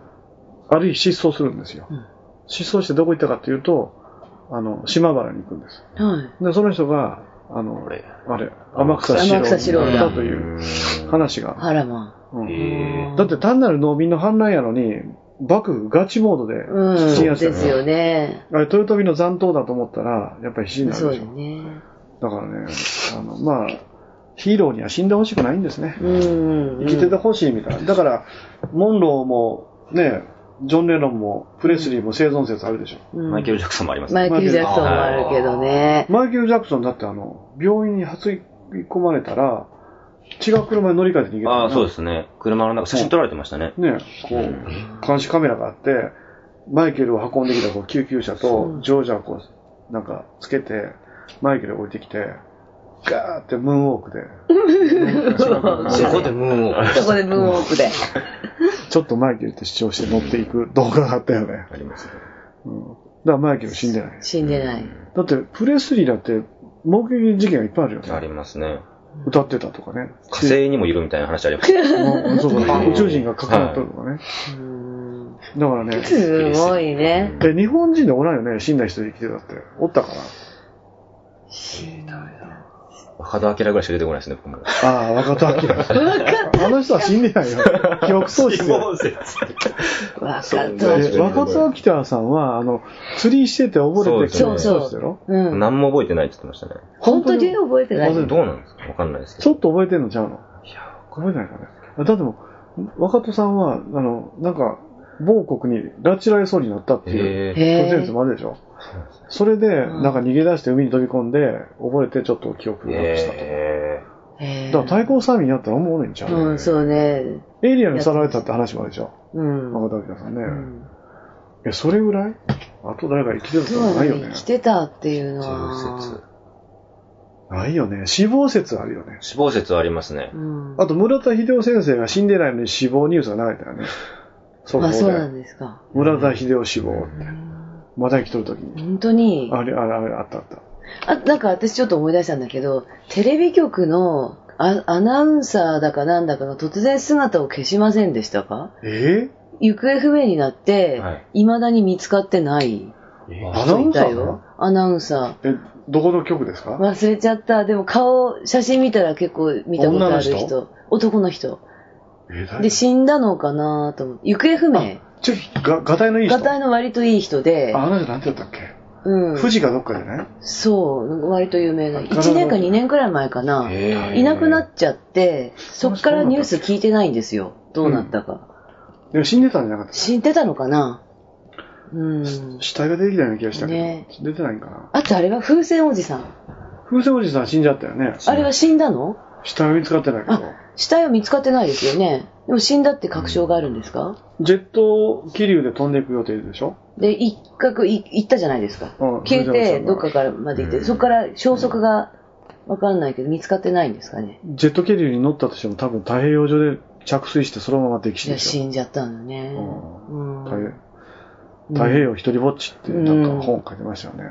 [SPEAKER 1] ある日失踪するんですよ。
[SPEAKER 3] うん
[SPEAKER 1] 失踪してどこ行ったかっていうと、あの、島原に行くんです。
[SPEAKER 3] はい。
[SPEAKER 1] で、その人が、あの、あれ、天草四郎
[SPEAKER 3] 天草四郎
[SPEAKER 1] に
[SPEAKER 3] だ
[SPEAKER 1] 行ったという話が。
[SPEAKER 3] あらま
[SPEAKER 1] うん
[SPEAKER 5] え
[SPEAKER 1] だって単なる農民の反乱やのに、幕府ガチモードで
[SPEAKER 3] あ。うん。
[SPEAKER 1] 必死にやってた
[SPEAKER 3] で
[SPEAKER 1] ね
[SPEAKER 3] すよね。
[SPEAKER 1] あれ、豊臣の残党だと思ったら、やっぱり必死になる
[SPEAKER 3] そう
[SPEAKER 1] でし
[SPEAKER 3] だ
[SPEAKER 1] ょ。
[SPEAKER 3] ね。
[SPEAKER 1] だからね、あの、まあ、ヒーローには死んでほしくないんですね。
[SPEAKER 3] うん。
[SPEAKER 1] 生きててほしいみたいな。だから、モンローも、ね、ジョン・レノンも、プレスリーも生存説あるでしょ。
[SPEAKER 3] うん。
[SPEAKER 4] マイケル・ジャクソンもあります
[SPEAKER 3] マ
[SPEAKER 4] ね。
[SPEAKER 3] イケル・ジャクソンもあるけどね。
[SPEAKER 1] マイケル・ジャクソンだってあの、病院に運び込まれたら、違う車に乗り換えて逃げた。
[SPEAKER 4] ああ、そうですすね。車の中、写真撮られてましたね。
[SPEAKER 1] ね、こう、監視カメラがあって、マイケルを運んできたこう救急車と、ジョージャーをこう、なんか、つけて、マイケルを置いてきて、ガーってムーンウォークで、
[SPEAKER 2] そこでムーンを。
[SPEAKER 3] そこでムーンウォークで。
[SPEAKER 1] ちょっとマイケルって主張して乗っていく動画があったよね。だか
[SPEAKER 4] ありますね。
[SPEAKER 1] らマイケル死んでない。
[SPEAKER 3] 死んでない。
[SPEAKER 1] だって、プレスリーだって、目撃事件がいっぱいあるよ
[SPEAKER 4] あ
[SPEAKER 1] ね。
[SPEAKER 4] りますね。
[SPEAKER 1] 歌ってたとかね。
[SPEAKER 4] 火星にもいるみたいな話あります。
[SPEAKER 1] もうそうそう宇宙人が関わったとかね。だからね、
[SPEAKER 3] すごいね。
[SPEAKER 1] で日本人でおらんよね、死んだ人で生きてたって。おったから。
[SPEAKER 4] 岡田明ぐらいしか出てこないですね、僕も。
[SPEAKER 1] ああ、若田明。 あの人は死んでないよ。記憶喪失よ。
[SPEAKER 3] わかっ
[SPEAKER 4] そう
[SPEAKER 3] た。
[SPEAKER 1] で若田明さんは、あの、釣りしてて溺れて記
[SPEAKER 4] そう
[SPEAKER 1] 憶
[SPEAKER 3] ですね
[SPEAKER 1] 喪失だろ。
[SPEAKER 3] うん。
[SPEAKER 4] 何も覚えてないって言ってましたね。
[SPEAKER 3] 本当に覚えてない。
[SPEAKER 1] 忘れ
[SPEAKER 4] どうなんですかわかんないですけ
[SPEAKER 1] ち
[SPEAKER 4] ど。
[SPEAKER 1] ょっと覚えてんのちゃうのいや、覚えてないかね。だってもう、若戸さんは、あの、なんか、某国に拉致られそうになったっていう、都
[SPEAKER 4] え
[SPEAKER 3] へ
[SPEAKER 1] 市伝説もあるでしょ。それで、
[SPEAKER 3] ん
[SPEAKER 1] なんか逃げ出して海に飛び込んで、溺れてちょっと記憶
[SPEAKER 4] ー
[SPEAKER 1] をなくしたと。
[SPEAKER 4] え
[SPEAKER 3] え
[SPEAKER 1] だから対抗サーミンやったらおもろいんちゃう、
[SPEAKER 3] うん、そうね。
[SPEAKER 1] エイリアンにさられたって話もあるでしょ。
[SPEAKER 3] うん。
[SPEAKER 1] 中田明さんね。
[SPEAKER 3] うん
[SPEAKER 1] え、それぐらいあと誰か生きてると
[SPEAKER 3] そ
[SPEAKER 1] か
[SPEAKER 3] う
[SPEAKER 1] ないよ
[SPEAKER 3] ね
[SPEAKER 1] ね。
[SPEAKER 3] 生きてたっていうの
[SPEAKER 4] ー、
[SPEAKER 3] は。
[SPEAKER 4] 自由説。
[SPEAKER 1] ないよね。死亡説あるよね。
[SPEAKER 4] 死亡説はありますね
[SPEAKER 3] う。ん。
[SPEAKER 1] あと、村田秀夫先生が死んでないのに死亡ニュースが流れたよね。そこ
[SPEAKER 3] まあ
[SPEAKER 1] で。
[SPEAKER 3] そうなんですか。
[SPEAKER 1] 村田秀夫死亡って。また生きとるときに。
[SPEAKER 3] 本当に。
[SPEAKER 1] あれ、あれ、あれ、あったあった。
[SPEAKER 3] あ、なんか私ちょっと思い出したんだけど、テレビ局のアアナウンサーだかなんだかの突然姿を消しませんでしたか
[SPEAKER 1] え
[SPEAKER 3] 行方不明になって、、
[SPEAKER 4] はい
[SPEAKER 3] 未だに見つかってない
[SPEAKER 1] ー、
[SPEAKER 5] あ
[SPEAKER 1] アナウ
[SPEAKER 3] 人い
[SPEAKER 1] ンサ
[SPEAKER 3] た
[SPEAKER 1] ー
[SPEAKER 3] よ
[SPEAKER 1] だ。
[SPEAKER 3] アナウンサ
[SPEAKER 1] え、どこの局です
[SPEAKER 3] ー。
[SPEAKER 1] か
[SPEAKER 3] 忘れちゃった。でも顔、写真見たら結構見たことある人。
[SPEAKER 1] 女の人
[SPEAKER 3] 男の人。
[SPEAKER 1] えー、誰
[SPEAKER 3] で、死んだのかなと思って。行方不明。
[SPEAKER 1] ちょっと、が、がたいのいい人。
[SPEAKER 3] ガタイの割といい人で
[SPEAKER 1] あ、、あの人なんて言ったっけ、
[SPEAKER 3] うん。
[SPEAKER 1] 富士かどっかじゃない
[SPEAKER 3] そう、割と有名な。
[SPEAKER 1] あ
[SPEAKER 3] 1年か2年くらい前かな。
[SPEAKER 4] え
[SPEAKER 3] いなくなっちゃって、そっからニュース聞いてないんですよ。どうなったか。
[SPEAKER 1] でも死んでたんじゃなかった
[SPEAKER 3] 死んでたのかなうん。
[SPEAKER 1] 死体が出てきたような気がしたけど。
[SPEAKER 3] ね
[SPEAKER 1] 出てないんかな
[SPEAKER 3] あとあれは風船おじさん。
[SPEAKER 1] 風船おじさん死んじゃったよね。
[SPEAKER 3] あれは死んだの
[SPEAKER 1] 死体は見つかってないけど。
[SPEAKER 3] 死体は見つかってないですよね。でも死んだって確証があるんですか
[SPEAKER 1] ジェット気流で飛んでいく予定でしょ
[SPEAKER 3] で、一角い行ったじゃないですか
[SPEAKER 1] うん。
[SPEAKER 3] 消え
[SPEAKER 1] 風船おじさ
[SPEAKER 3] て、
[SPEAKER 1] んが
[SPEAKER 3] どっかからまで行って、そこから消息がわかんないけど、見つかってないんですかね。
[SPEAKER 1] ジェット気流に乗ったとしても多分太平洋上で着水してそのまま溺死
[SPEAKER 3] いや、
[SPEAKER 1] でしょ。
[SPEAKER 3] 死んじゃったんだね。うん
[SPEAKER 1] 太平太平洋一人ぼっちってなんか本書いてましたよね。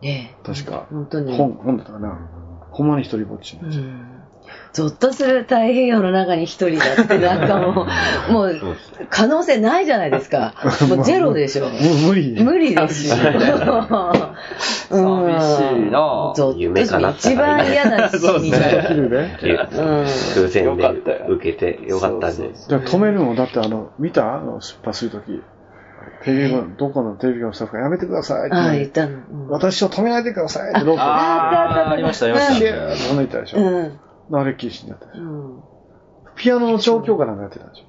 [SPEAKER 3] ねえ
[SPEAKER 1] 確か。
[SPEAKER 3] 本当に。
[SPEAKER 1] 本、本だったかな。ほんまに一人ぼっち。
[SPEAKER 3] うんゾッとする太平洋の中に一人だって、なんかも う、もう、可能性ないじゃないですか。もうゼロでしょ。
[SPEAKER 1] もう無理。
[SPEAKER 3] 無理ですよ。
[SPEAKER 2] 寂しいな
[SPEAKER 3] ゾッとする
[SPEAKER 5] 夢かなった
[SPEAKER 3] 一番嫌なシーンじゃない
[SPEAKER 1] 気流で。
[SPEAKER 3] うん
[SPEAKER 5] 偶然
[SPEAKER 2] よかった
[SPEAKER 5] で
[SPEAKER 2] よ
[SPEAKER 5] 受けてよかったんです。
[SPEAKER 1] じゃあ止めるのだってあの、見たあの、出発するとき。テレビの、どこのテレビのスタッフがやめてくださいって
[SPEAKER 3] ああ、
[SPEAKER 1] 言
[SPEAKER 3] 言
[SPEAKER 1] っ。
[SPEAKER 3] ってたの。うん
[SPEAKER 1] 私を止めないでくださいってロープ
[SPEAKER 3] ああったあったあった
[SPEAKER 4] ありました、ありまし
[SPEAKER 1] で、
[SPEAKER 4] た。
[SPEAKER 1] 飛んでいったでし
[SPEAKER 3] う
[SPEAKER 1] ょ。
[SPEAKER 3] ん
[SPEAKER 1] あれっきり死んじゃったでしょ。
[SPEAKER 3] うん
[SPEAKER 1] ピアノの調教かなんかやってたでし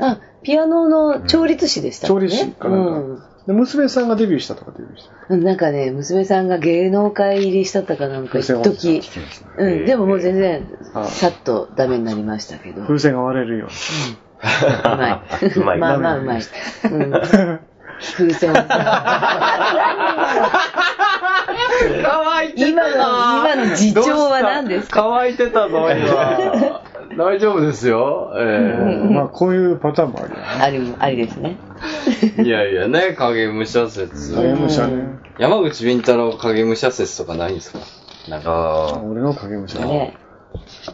[SPEAKER 1] ょ。
[SPEAKER 3] あ、ピアノの調律師でしたっけ
[SPEAKER 1] 調律師かなんか
[SPEAKER 3] うん
[SPEAKER 1] で、娘さんがデビューしたとかデビューした。
[SPEAKER 3] なんかね、娘さんが芸能界入りしたったかなんか、一時うん、でももう全然、
[SPEAKER 1] はい
[SPEAKER 3] さっとダメになりましたけど。
[SPEAKER 1] 風船が割れるように。
[SPEAKER 3] うまい。
[SPEAKER 4] うまい
[SPEAKER 3] まあまあうまい。うん、風 船おじさ
[SPEAKER 2] 乾い
[SPEAKER 3] ん。今の、今の事情は何ですか
[SPEAKER 2] 乾いてたの今。大丈夫ですよ。え
[SPEAKER 1] まあ、こういうパターンもあるよね。
[SPEAKER 3] ありも、ありですね。
[SPEAKER 2] えいやいやね、影武者説。
[SPEAKER 1] 影武者ね。
[SPEAKER 2] 山口敏太郎影武者説とかないんですかなんか、
[SPEAKER 4] あ
[SPEAKER 1] 俺の影武者。え
[SPEAKER 3] ね。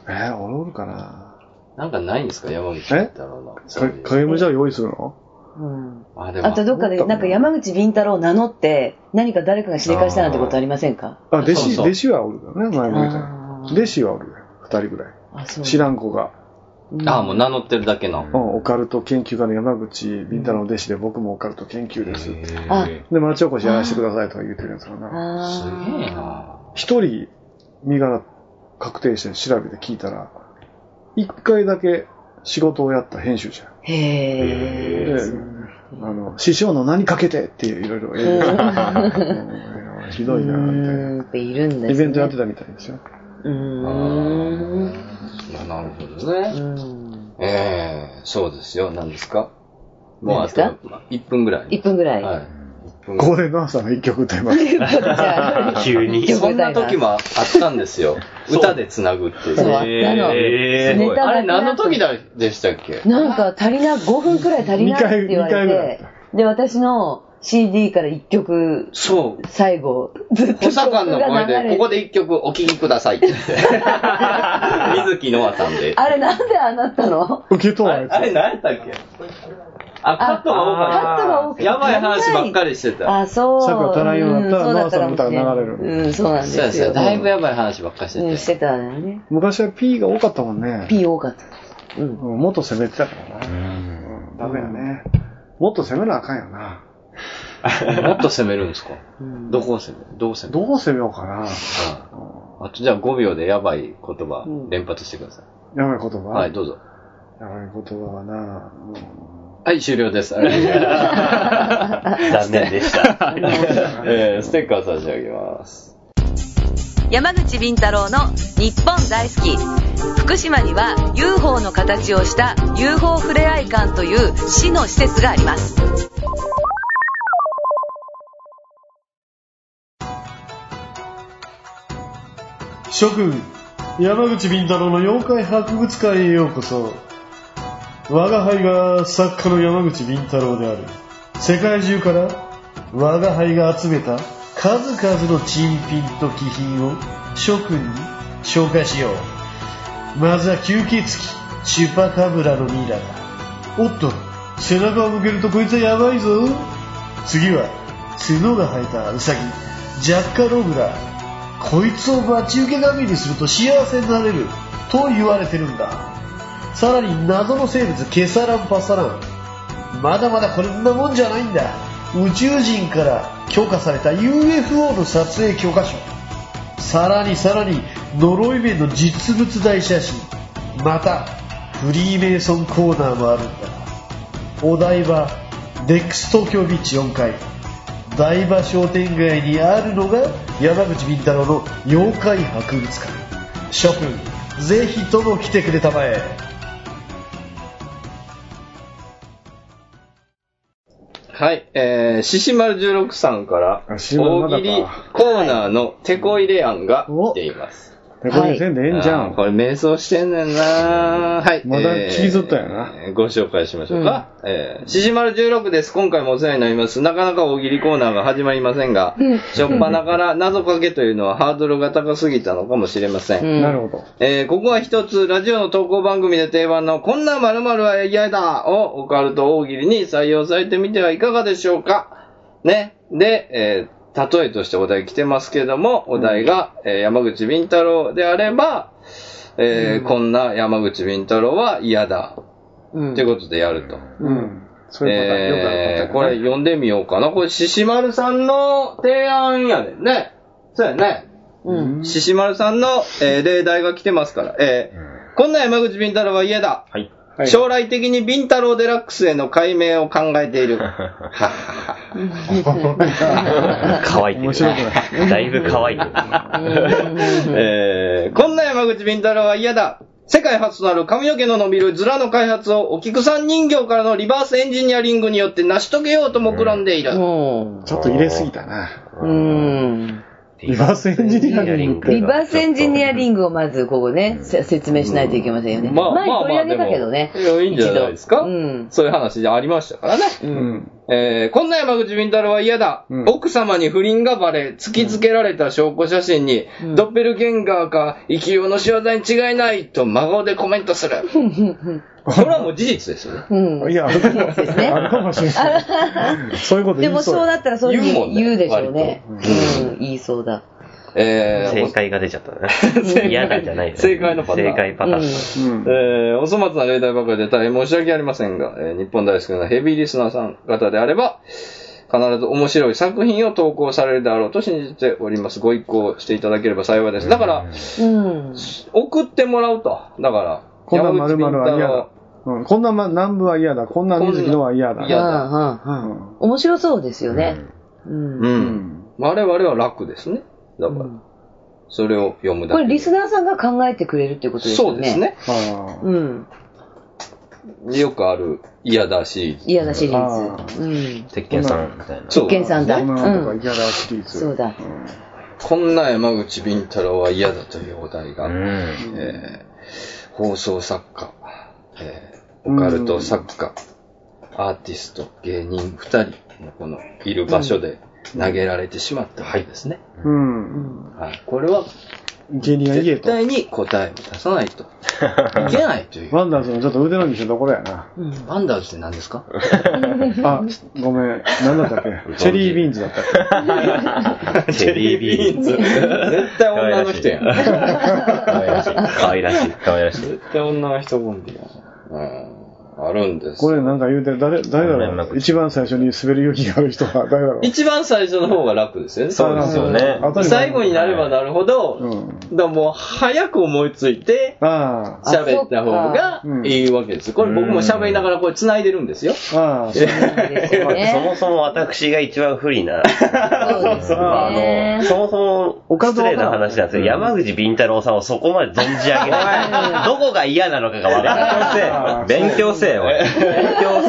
[SPEAKER 1] ー、俺おるかな。
[SPEAKER 2] なんかないんですか山口敏太郎の。そう
[SPEAKER 1] か
[SPEAKER 2] いう
[SPEAKER 1] 影武者を用意するの
[SPEAKER 3] うん。
[SPEAKER 2] あ、でも、
[SPEAKER 3] あとどっかで、なんか山口敏太郎を名乗って、何か誰かがしでかしたなんてことありませんか
[SPEAKER 1] あ、弟子、
[SPEAKER 2] そう
[SPEAKER 1] 弟子はおるよね、前も言ったよ
[SPEAKER 3] あー
[SPEAKER 1] 弟子はおるよ。二人ぐらい。
[SPEAKER 3] あ、そう。
[SPEAKER 1] 知らん子が。
[SPEAKER 3] うん。
[SPEAKER 2] あ、もう名乗ってるだけの。
[SPEAKER 1] うん、オカルト研究家の山口敏太郎の弟子で、僕もオカルト研究です。で、
[SPEAKER 3] あ、
[SPEAKER 1] 町おこしやらせてくださいとか言ってるやつかな。
[SPEAKER 2] す
[SPEAKER 3] あ
[SPEAKER 2] げえな
[SPEAKER 1] 一人、身柄確定して調べて聞いたら、一回だけ仕事をやった編集者。
[SPEAKER 3] ー。へ
[SPEAKER 1] で
[SPEAKER 3] え。そう
[SPEAKER 1] あの、師匠の何かけてっていういろいろ営業うん ひどいな、みたいな。
[SPEAKER 3] うん、っているんですね。
[SPEAKER 1] イベントやってたみたいですよ。
[SPEAKER 3] うーん。
[SPEAKER 2] いや、なるほどね。
[SPEAKER 3] うん。
[SPEAKER 2] ええそうですよ。何ですかもう
[SPEAKER 3] 何
[SPEAKER 2] あ
[SPEAKER 3] です
[SPEAKER 2] と
[SPEAKER 3] か
[SPEAKER 2] 1分ぐらい。
[SPEAKER 3] 1分ぐらい。
[SPEAKER 2] はい。1分ぐら
[SPEAKER 1] ゴーレンの朝の一曲歌い ます。
[SPEAKER 3] ということで じゃあ、
[SPEAKER 5] 急に。
[SPEAKER 2] い。そんな時もあったんですよ。歌で繋ぐってい
[SPEAKER 3] そう
[SPEAKER 2] う。
[SPEAKER 3] あったの。
[SPEAKER 5] え
[SPEAKER 3] ネタ
[SPEAKER 2] あ
[SPEAKER 3] が
[SPEAKER 2] れ何の時だでしたっけ
[SPEAKER 3] なんか足りな、5分くらい足りないって言わ
[SPEAKER 1] 二回二回ぐら
[SPEAKER 3] れ
[SPEAKER 1] い
[SPEAKER 3] て、で、私の CD から1曲、
[SPEAKER 2] そう。
[SPEAKER 3] 最後、ずっと
[SPEAKER 2] 補佐官の声
[SPEAKER 3] 曲が流
[SPEAKER 2] で、
[SPEAKER 3] れ
[SPEAKER 2] ここ
[SPEAKER 3] て
[SPEAKER 2] で一曲お聴きくだ さいって言って。水木のあさんで。
[SPEAKER 3] あれなんでああなったの
[SPEAKER 1] 受け取ら
[SPEAKER 2] あ
[SPEAKER 1] れ
[SPEAKER 2] れ
[SPEAKER 1] て。
[SPEAKER 2] 何やったっけあ、カットが多
[SPEAKER 3] カット
[SPEAKER 2] か
[SPEAKER 3] が多
[SPEAKER 2] っ
[SPEAKER 3] く
[SPEAKER 2] た。
[SPEAKER 3] て。
[SPEAKER 2] やばい話ばっか
[SPEAKER 3] り。
[SPEAKER 2] りしてた。
[SPEAKER 3] あ、そう。
[SPEAKER 1] さっきは足らんようになったら
[SPEAKER 3] うんそうだったかもしれん
[SPEAKER 1] ノアさんの歌が流れる
[SPEAKER 3] うん、そうなんで
[SPEAKER 2] そうです
[SPEAKER 3] すよ。
[SPEAKER 2] よ。だいぶやばい話ばっかり
[SPEAKER 3] う
[SPEAKER 2] し
[SPEAKER 3] ん、して
[SPEAKER 2] て
[SPEAKER 3] たんだよね。
[SPEAKER 1] 昔は P が多かったもんね。
[SPEAKER 3] P 多かった。うん。
[SPEAKER 1] うんもっと攻めてたからな。うんダメやね。もっと攻めなあかんよな。
[SPEAKER 2] た。もっと攻めるんですか
[SPEAKER 3] うん
[SPEAKER 2] どこを攻めるどう攻める
[SPEAKER 1] どう攻めようかな。
[SPEAKER 2] ああとじゃあ5秒でやばい言葉連発してください。
[SPEAKER 1] やばい言葉。
[SPEAKER 2] はい、どうぞ。
[SPEAKER 1] え長い言葉はな、も
[SPEAKER 2] はい、終了です。残
[SPEAKER 5] 残念でした。
[SPEAKER 2] えー、ステッカー差し上げます。
[SPEAKER 3] 山口敏太郎の日本大好き福島には UFO の形をした UFO ふれあい館という市の施設があります
[SPEAKER 1] う諸君、山口敏太郎の妖怪博物館へようこそ。我が輩が作家の山口敏太郎である。世界中から我が輩が集めた数々の珍品と気品を諸君に紹介しよう。まずは吸血鬼、チュパカブラのミイラだ。おっと、背中を向けるとこいつはやばいぞ。次は、角が生えたウサギ、ジャッカロブラ。こいつを待ち受け神にすると幸せになれると言われてるんだ。さらに謎の生物ケサランパサランまだまだこんなもんじゃないんだ宇宙人から許可された UFO の撮影許可書さらにさらに呪い面の実物大写真またフリーメイソンコーナーもあるんだお台場デックス東京ビーチ4階台場商店街にあるのが山口敏太郎の妖怪博物館諸君ぜひとも来てくれたまえ
[SPEAKER 2] はい、えー、獅子丸16さんから、大
[SPEAKER 1] あ
[SPEAKER 2] 喜
[SPEAKER 1] 獅子丸まだか
[SPEAKER 2] 利コーナーのテコ入れ案が来ています。
[SPEAKER 1] でこれせんでええんじゃ
[SPEAKER 2] あー
[SPEAKER 1] ん。
[SPEAKER 2] これ迷走してんねんなはい。
[SPEAKER 1] まだ聞きずったよな
[SPEAKER 2] えーご紹介しましょうか。えー、しじまる16です。今回もお世話になります。なかなか大喜利コーナーが始まりませんが、しょっぱなから謎かけというのはハードルが高すぎたのかもしれません。
[SPEAKER 1] なるほど。
[SPEAKER 2] えーここは一つ、ラジオの投稿番組で定番の、こんな〇〇は嫌だをオカルト大喜利に採用されてみてはいかがでしょうかね。で、えー例えとしてお題来てますけども、お題が、えー山口敏太郎であれば、えーこんな山口敏太郎は嫌だ。
[SPEAKER 9] うん
[SPEAKER 2] ということでやると。
[SPEAKER 1] うん。そういうパターン、
[SPEAKER 2] え
[SPEAKER 1] よ
[SPEAKER 2] ー
[SPEAKER 1] く
[SPEAKER 2] こ
[SPEAKER 1] あ
[SPEAKER 2] れ
[SPEAKER 1] る
[SPEAKER 2] 読んでみようかな。これ、獅子丸さんの提案やねんね。そうやね。
[SPEAKER 1] パタ ーンね。
[SPEAKER 2] 獅子丸さんの、えー例題が来てますから、えーこんな山口敏太郎は嫌だ。
[SPEAKER 4] はい。
[SPEAKER 1] はい
[SPEAKER 2] 将来的に敏太郎デラックスへの改名を考えている。
[SPEAKER 5] 乾い て
[SPEAKER 1] 面
[SPEAKER 5] る
[SPEAKER 1] 白くない。
[SPEAKER 5] だいぶ乾いてる。
[SPEAKER 2] えーこんな山口敏太郎は嫌だ。世界初となる髪の毛の伸びるズラの開発をお菊さん人形からのリバースエンジニアリングによって成し遂げようと目論んでいる。
[SPEAKER 9] も
[SPEAKER 1] ちょっと入れすぎたな。
[SPEAKER 9] う、うん。
[SPEAKER 1] リバースエンジニアリング。
[SPEAKER 9] リバースエンジニアリングをまずここね、せ説明しないといけませんよね。
[SPEAKER 2] まあ
[SPEAKER 9] 前
[SPEAKER 2] まあまあ
[SPEAKER 9] 取り上げたけどね。
[SPEAKER 2] でもいやいいんじゃないですか
[SPEAKER 9] 一度うん。
[SPEAKER 2] そういう話ありましたからね。
[SPEAKER 1] うん。
[SPEAKER 2] えーこんな山口敏太郎は嫌だ、
[SPEAKER 1] うん
[SPEAKER 2] 奥様に不倫がバレ、突きつけられた証拠写真に、ドッペルゲンガーか、生きようの仕業に違いないと真顔でコメントする。これはもう 事実ですよね。
[SPEAKER 9] うん。
[SPEAKER 1] いや、あるかもしれない。そういうこと
[SPEAKER 9] で
[SPEAKER 1] 言
[SPEAKER 9] も
[SPEAKER 1] い
[SPEAKER 9] そう
[SPEAKER 1] そう
[SPEAKER 9] な
[SPEAKER 1] や。
[SPEAKER 9] ったらそういうふう
[SPEAKER 2] 言うもん
[SPEAKER 9] に
[SPEAKER 2] ね
[SPEAKER 9] 言うでしょうね。
[SPEAKER 1] 割
[SPEAKER 9] うん、言いそうだ。
[SPEAKER 2] えー
[SPEAKER 5] 正解が出ちゃったね。嫌だじゃないよね
[SPEAKER 2] 正解のパターン
[SPEAKER 5] 正解パタ
[SPEAKER 9] う
[SPEAKER 5] ー
[SPEAKER 9] ん。
[SPEAKER 5] ン。
[SPEAKER 1] うん。
[SPEAKER 2] えー、お粗末な例題ばかりで大変申し訳ありませんが、えー日本大好きなヘビーリスナーさん方であれば、必ず面白い作品を投稿されるであろうと信じております。ご一行していただければ幸いです。だから、
[SPEAKER 9] うん。
[SPEAKER 2] 送ってもらうと。だから、
[SPEAKER 1] こんな
[SPEAKER 2] 山
[SPEAKER 1] 〇
[SPEAKER 2] 口敏
[SPEAKER 1] 〇
[SPEAKER 2] 太
[SPEAKER 1] は嫌
[SPEAKER 2] 郎
[SPEAKER 1] だ。うん、こんなま南部は嫌だ。こんな水木のは嫌だ。
[SPEAKER 2] 嫌だ
[SPEAKER 9] はあはあはあ
[SPEAKER 1] うん
[SPEAKER 9] 面白そうですよね。うん。
[SPEAKER 1] う
[SPEAKER 2] うん。
[SPEAKER 1] ん。
[SPEAKER 2] 我々は楽ですね。だから、それを読むだ
[SPEAKER 9] こ
[SPEAKER 2] け。
[SPEAKER 9] れリスナーさんが考えてくれるってことです
[SPEAKER 2] そ
[SPEAKER 9] よね。
[SPEAKER 2] うです。ね。
[SPEAKER 1] あ
[SPEAKER 9] うん。
[SPEAKER 2] よくある嫌だし、
[SPEAKER 9] 嫌だシリ
[SPEAKER 1] あ
[SPEAKER 9] ーズ。うん。
[SPEAKER 4] 鉄拳さんみたいな。
[SPEAKER 2] そう。
[SPEAKER 9] ケンさ
[SPEAKER 1] あ。
[SPEAKER 9] んだ。
[SPEAKER 1] こんなのと
[SPEAKER 9] う
[SPEAKER 1] か
[SPEAKER 9] ん。
[SPEAKER 1] 嫌だシリーズ。
[SPEAKER 9] そうだ。
[SPEAKER 2] こんな山口敏太郎は嫌だというお題が、
[SPEAKER 4] うん。
[SPEAKER 2] えー放送作家、えーオカルト作家、アーティスト、芸人二人のこのいる場所で投げられてしまったわけですね。
[SPEAKER 1] うん。
[SPEAKER 2] はい。これは
[SPEAKER 1] ゲニア家
[SPEAKER 2] 絶
[SPEAKER 1] と。
[SPEAKER 2] 対に答えを出さないといけないと いう。
[SPEAKER 1] ワンダーズのちょっと腕の見せどころやな。
[SPEAKER 2] バンダーズって何ですか
[SPEAKER 1] あ、ごめん。何だったっ けチェリービーンズだったっけ
[SPEAKER 5] チェリービーンズ。
[SPEAKER 2] 絶対女の人やん。
[SPEAKER 5] 可愛らしい。可愛らしい。
[SPEAKER 2] 絶対女の人コンビやん。うんあるんです。
[SPEAKER 1] これなんか言うて、誰、誰だ
[SPEAKER 4] 連
[SPEAKER 1] ろ
[SPEAKER 4] 絡
[SPEAKER 1] う一番最初に滑る勇気がある人は誰だろう
[SPEAKER 2] 一番最初の方が楽ですよね。
[SPEAKER 4] そうですよね
[SPEAKER 1] あ。と
[SPEAKER 2] 最後になればなるほど、
[SPEAKER 1] うん。
[SPEAKER 2] だからもう早く思いついて、
[SPEAKER 1] ああ。
[SPEAKER 2] 喋った方がいいわけです。これ僕も喋りながらこれ繋いでるんですよ。
[SPEAKER 1] ああ。
[SPEAKER 3] ですよ
[SPEAKER 5] そ
[SPEAKER 3] ね。
[SPEAKER 5] もそも私が一番不利な、
[SPEAKER 3] そうです
[SPEAKER 5] あ
[SPEAKER 3] ね
[SPEAKER 5] の、。そもそも、失礼な話なんですけど、山口敏太郎さんをそこまで存じ上げない。どこが嫌なのかがわからない。
[SPEAKER 1] ああ
[SPEAKER 4] 勉強せえ、おい。勉強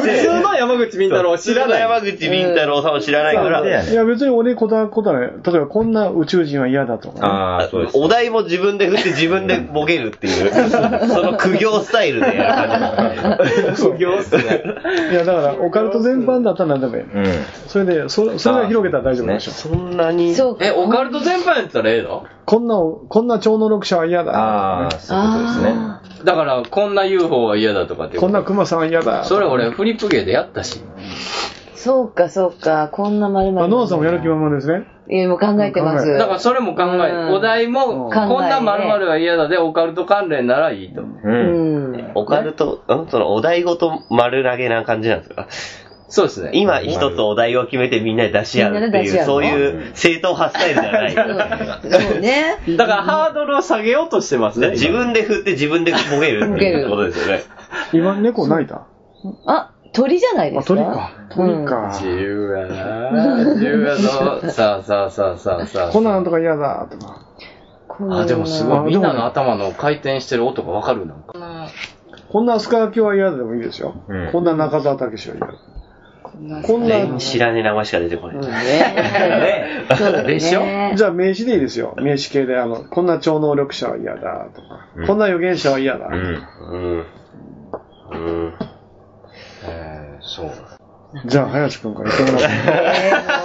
[SPEAKER 2] 普
[SPEAKER 4] せ
[SPEAKER 2] 通
[SPEAKER 4] え。
[SPEAKER 2] の山口み太郎を知ら
[SPEAKER 5] 普
[SPEAKER 2] な
[SPEAKER 5] 通の
[SPEAKER 2] い。
[SPEAKER 5] 山口敏太郎さんを知らないか
[SPEAKER 4] そう
[SPEAKER 5] ら、
[SPEAKER 4] やね
[SPEAKER 1] いや別に俺こだわることはない。例えばこんな宇宙人は嫌だとか、
[SPEAKER 4] ああ、そうです。
[SPEAKER 5] お題も自分で振って自分でボケるっていう、 その苦行スタイルでやる感じなんです
[SPEAKER 2] 苦
[SPEAKER 5] ね。
[SPEAKER 2] 行っすね。
[SPEAKER 1] ね。いやだからオカルト全般だったら何でもいい。
[SPEAKER 4] うん。
[SPEAKER 1] それで、そそれが広げたら大丈夫でしょ。
[SPEAKER 5] そんなに、
[SPEAKER 3] そうか
[SPEAKER 2] え、。オカルト全般やったらええの
[SPEAKER 1] こんな、こんな超能力者は嫌だ
[SPEAKER 4] あ
[SPEAKER 1] と
[SPEAKER 4] あ、そういうことですね。
[SPEAKER 2] だから、こんな UFO は嫌だとかってい
[SPEAKER 1] か。
[SPEAKER 2] う
[SPEAKER 1] こんな
[SPEAKER 2] と
[SPEAKER 1] 熊さんは嫌だ。
[SPEAKER 2] それ俺、フリップ芸でやったし。
[SPEAKER 3] そうか、そうか。こんな丸
[SPEAKER 1] ま
[SPEAKER 3] 々。
[SPEAKER 1] あ、ノアさんもやる気満々ですね。
[SPEAKER 3] いや、もう考えてます。
[SPEAKER 2] だからそれも考え
[SPEAKER 3] う
[SPEAKER 2] る。
[SPEAKER 3] ん
[SPEAKER 2] お題も、
[SPEAKER 1] うん
[SPEAKER 2] こんな〇〇は嫌だで、オカルト関連ならいいと。
[SPEAKER 4] う。
[SPEAKER 3] うんん。
[SPEAKER 5] オカルト、んそのお題ごと丸投げな感じなんですか
[SPEAKER 2] そうですね。
[SPEAKER 5] 今一つお題を決めてみんなで出し合う
[SPEAKER 3] み
[SPEAKER 5] っ
[SPEAKER 3] ん
[SPEAKER 5] て
[SPEAKER 3] なで出し
[SPEAKER 5] い
[SPEAKER 3] 合
[SPEAKER 5] う、
[SPEAKER 3] うの
[SPEAKER 5] そういう正統派スタイルじゃ ない。
[SPEAKER 3] そ うね。
[SPEAKER 2] だからハードルを下げようとしてますね。
[SPEAKER 5] 自分で振って自分でボケるっていうことですよね。
[SPEAKER 1] 今、猫泣いた。
[SPEAKER 3] あ、鳥じゃないで
[SPEAKER 1] あ、
[SPEAKER 3] すか。
[SPEAKER 1] 鳥か。鳥か。
[SPEAKER 2] 自由やな自由やぞ。さあさあさあさあさあ。
[SPEAKER 1] こんななんとか嫌だとか。
[SPEAKER 3] こんな。
[SPEAKER 2] あ、でもす
[SPEAKER 1] あで
[SPEAKER 2] ご
[SPEAKER 1] も
[SPEAKER 2] い。みんなの頭の回転してる音がわかるなんか。
[SPEAKER 1] こんな飛鳥明は嫌だでもいいですよ。
[SPEAKER 4] うん
[SPEAKER 1] こんな中澤武史は嫌だ。こんな、
[SPEAKER 5] 知らねえ名前しか出てこない。
[SPEAKER 3] ね。そうだね
[SPEAKER 2] でしょ
[SPEAKER 1] じゃあ名詞でいいですよ。名詞系で、あの、こんな超能力者は嫌だとか、
[SPEAKER 4] うん
[SPEAKER 1] こんな予言者は嫌だ。
[SPEAKER 4] うん。
[SPEAKER 5] うん。うん。
[SPEAKER 2] えー、そう。
[SPEAKER 1] じゃあ、林くんから言ってもらって。
[SPEAKER 5] そんな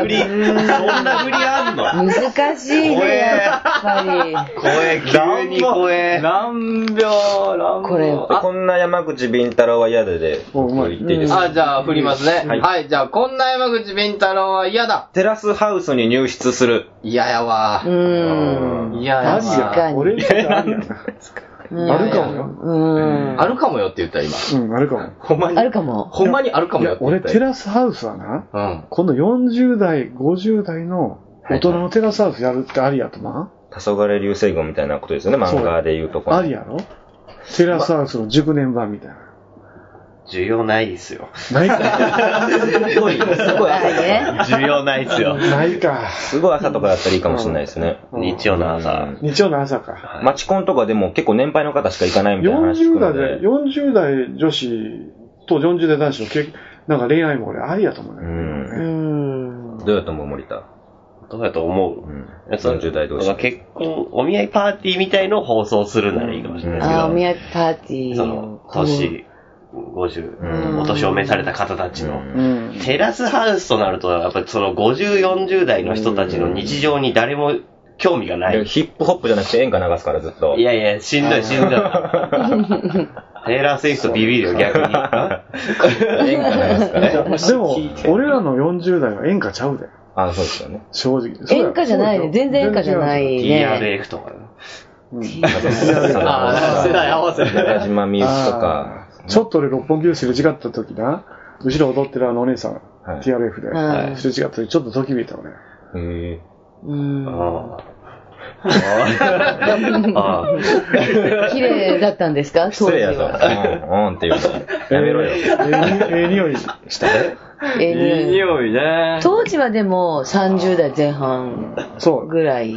[SPEAKER 5] 振り、そんな振りあんの
[SPEAKER 3] 難しいね、やっぱり。
[SPEAKER 5] 怖え、急に怖え。
[SPEAKER 2] 乱病、乱
[SPEAKER 3] これ
[SPEAKER 2] 病。あ
[SPEAKER 4] こんな山口敏太郎は嫌でで、
[SPEAKER 1] おうまい
[SPEAKER 4] 言っていいですか
[SPEAKER 2] あ、じゃあ振りますね。
[SPEAKER 4] はい
[SPEAKER 2] はい、じゃあこんな山口敏太郎は嫌だ。
[SPEAKER 4] テラスハウスに入室する。
[SPEAKER 2] 嫌やわ
[SPEAKER 3] う。ん。
[SPEAKER 2] 嫌や
[SPEAKER 1] マ
[SPEAKER 2] わ。
[SPEAKER 1] ジや。俺にとってありやな。あるかもよ。
[SPEAKER 3] うん。
[SPEAKER 2] あるかもよって言った今。
[SPEAKER 1] うん、あるかも。
[SPEAKER 2] ほんま
[SPEAKER 3] あ
[SPEAKER 2] に
[SPEAKER 3] る。かも。
[SPEAKER 2] ほんまにあるか
[SPEAKER 1] い
[SPEAKER 2] もよ
[SPEAKER 1] や
[SPEAKER 2] っ、て言
[SPEAKER 1] 俺、
[SPEAKER 2] った
[SPEAKER 1] テラスハウスはな、
[SPEAKER 2] うん。
[SPEAKER 1] 今度40代、50代の大人のテラスハウスやるってありやとな。
[SPEAKER 4] 黄昏流星群みたいなことですよね、漫画で言うとこ
[SPEAKER 1] あ
[SPEAKER 4] の
[SPEAKER 1] りやろテラスハウスの熟年版みたいな。
[SPEAKER 5] 需要ないですよ。
[SPEAKER 1] ないか。
[SPEAKER 4] すごい、すごい
[SPEAKER 3] はいね。
[SPEAKER 5] 需要ないですよ。
[SPEAKER 1] ないか。
[SPEAKER 4] すごい朝とかだったらいいかもしれないですね。
[SPEAKER 5] 日曜の朝。
[SPEAKER 1] 日曜の朝か。
[SPEAKER 4] 街コンとかでも結構年配の方しか行かないみたいな話聞
[SPEAKER 1] 40
[SPEAKER 4] くの
[SPEAKER 1] 代
[SPEAKER 4] で
[SPEAKER 1] で、。40代女子と40代男子のけなんか恋愛も俺ありやと思う
[SPEAKER 4] う。
[SPEAKER 1] ね。
[SPEAKER 3] うんん。
[SPEAKER 4] どうやと思う、森田。
[SPEAKER 5] どうやと思
[SPEAKER 4] う。
[SPEAKER 5] うんいやその
[SPEAKER 4] 40代同士
[SPEAKER 5] なんか結婚、お見合いパーティーみたいのを放送するならいいかもしれないですけど。
[SPEAKER 3] あ、お見合いパーティー。
[SPEAKER 5] その、年50、
[SPEAKER 4] うん
[SPEAKER 5] お年を召された方たちの。
[SPEAKER 4] うん
[SPEAKER 1] うん。
[SPEAKER 5] テラスハウスとなると、やっぱりその50、40代の人たちの日常に誰も興味がな
[SPEAKER 4] で
[SPEAKER 5] い。
[SPEAKER 4] ヒップホップじゃなくて演歌流すからずっと。
[SPEAKER 5] いやいや、しんどいしんどい。テイラー・スウィフトビビるよ、逆に。
[SPEAKER 4] 演歌流すから。
[SPEAKER 1] でも、俺らの40代は演歌ちゃうで。
[SPEAKER 4] あ、そうですよね。
[SPEAKER 1] 正直。。
[SPEAKER 3] 演歌じゃないね。全然演歌じゃないいね。
[SPEAKER 5] TRF とか。
[SPEAKER 2] あー世代合わせて
[SPEAKER 4] 中島みゆきと
[SPEAKER 1] あ
[SPEAKER 4] か。
[SPEAKER 1] ーちょっと俺六本木ですれ違った時な、後ろ踊ってるあのお姉さん、
[SPEAKER 4] はい
[SPEAKER 1] TRF
[SPEAKER 3] は
[SPEAKER 1] で、
[SPEAKER 3] い
[SPEAKER 1] すれ違った時ちょっとときめいた俺。
[SPEAKER 4] へ
[SPEAKER 3] うん。
[SPEAKER 5] あーあー。
[SPEAKER 3] 綺麗だったんですか
[SPEAKER 4] ー
[SPEAKER 3] 当
[SPEAKER 4] 失
[SPEAKER 3] 時
[SPEAKER 4] 礼やぞ。
[SPEAKER 3] は。
[SPEAKER 4] うん、うんっていうの。やめろよ。
[SPEAKER 1] ええ、ええ匂いしたね。
[SPEAKER 3] え
[SPEAKER 2] いい
[SPEAKER 3] ー
[SPEAKER 2] 匂いね。
[SPEAKER 3] 当時はでも30代前半
[SPEAKER 1] そう。
[SPEAKER 3] ぐらい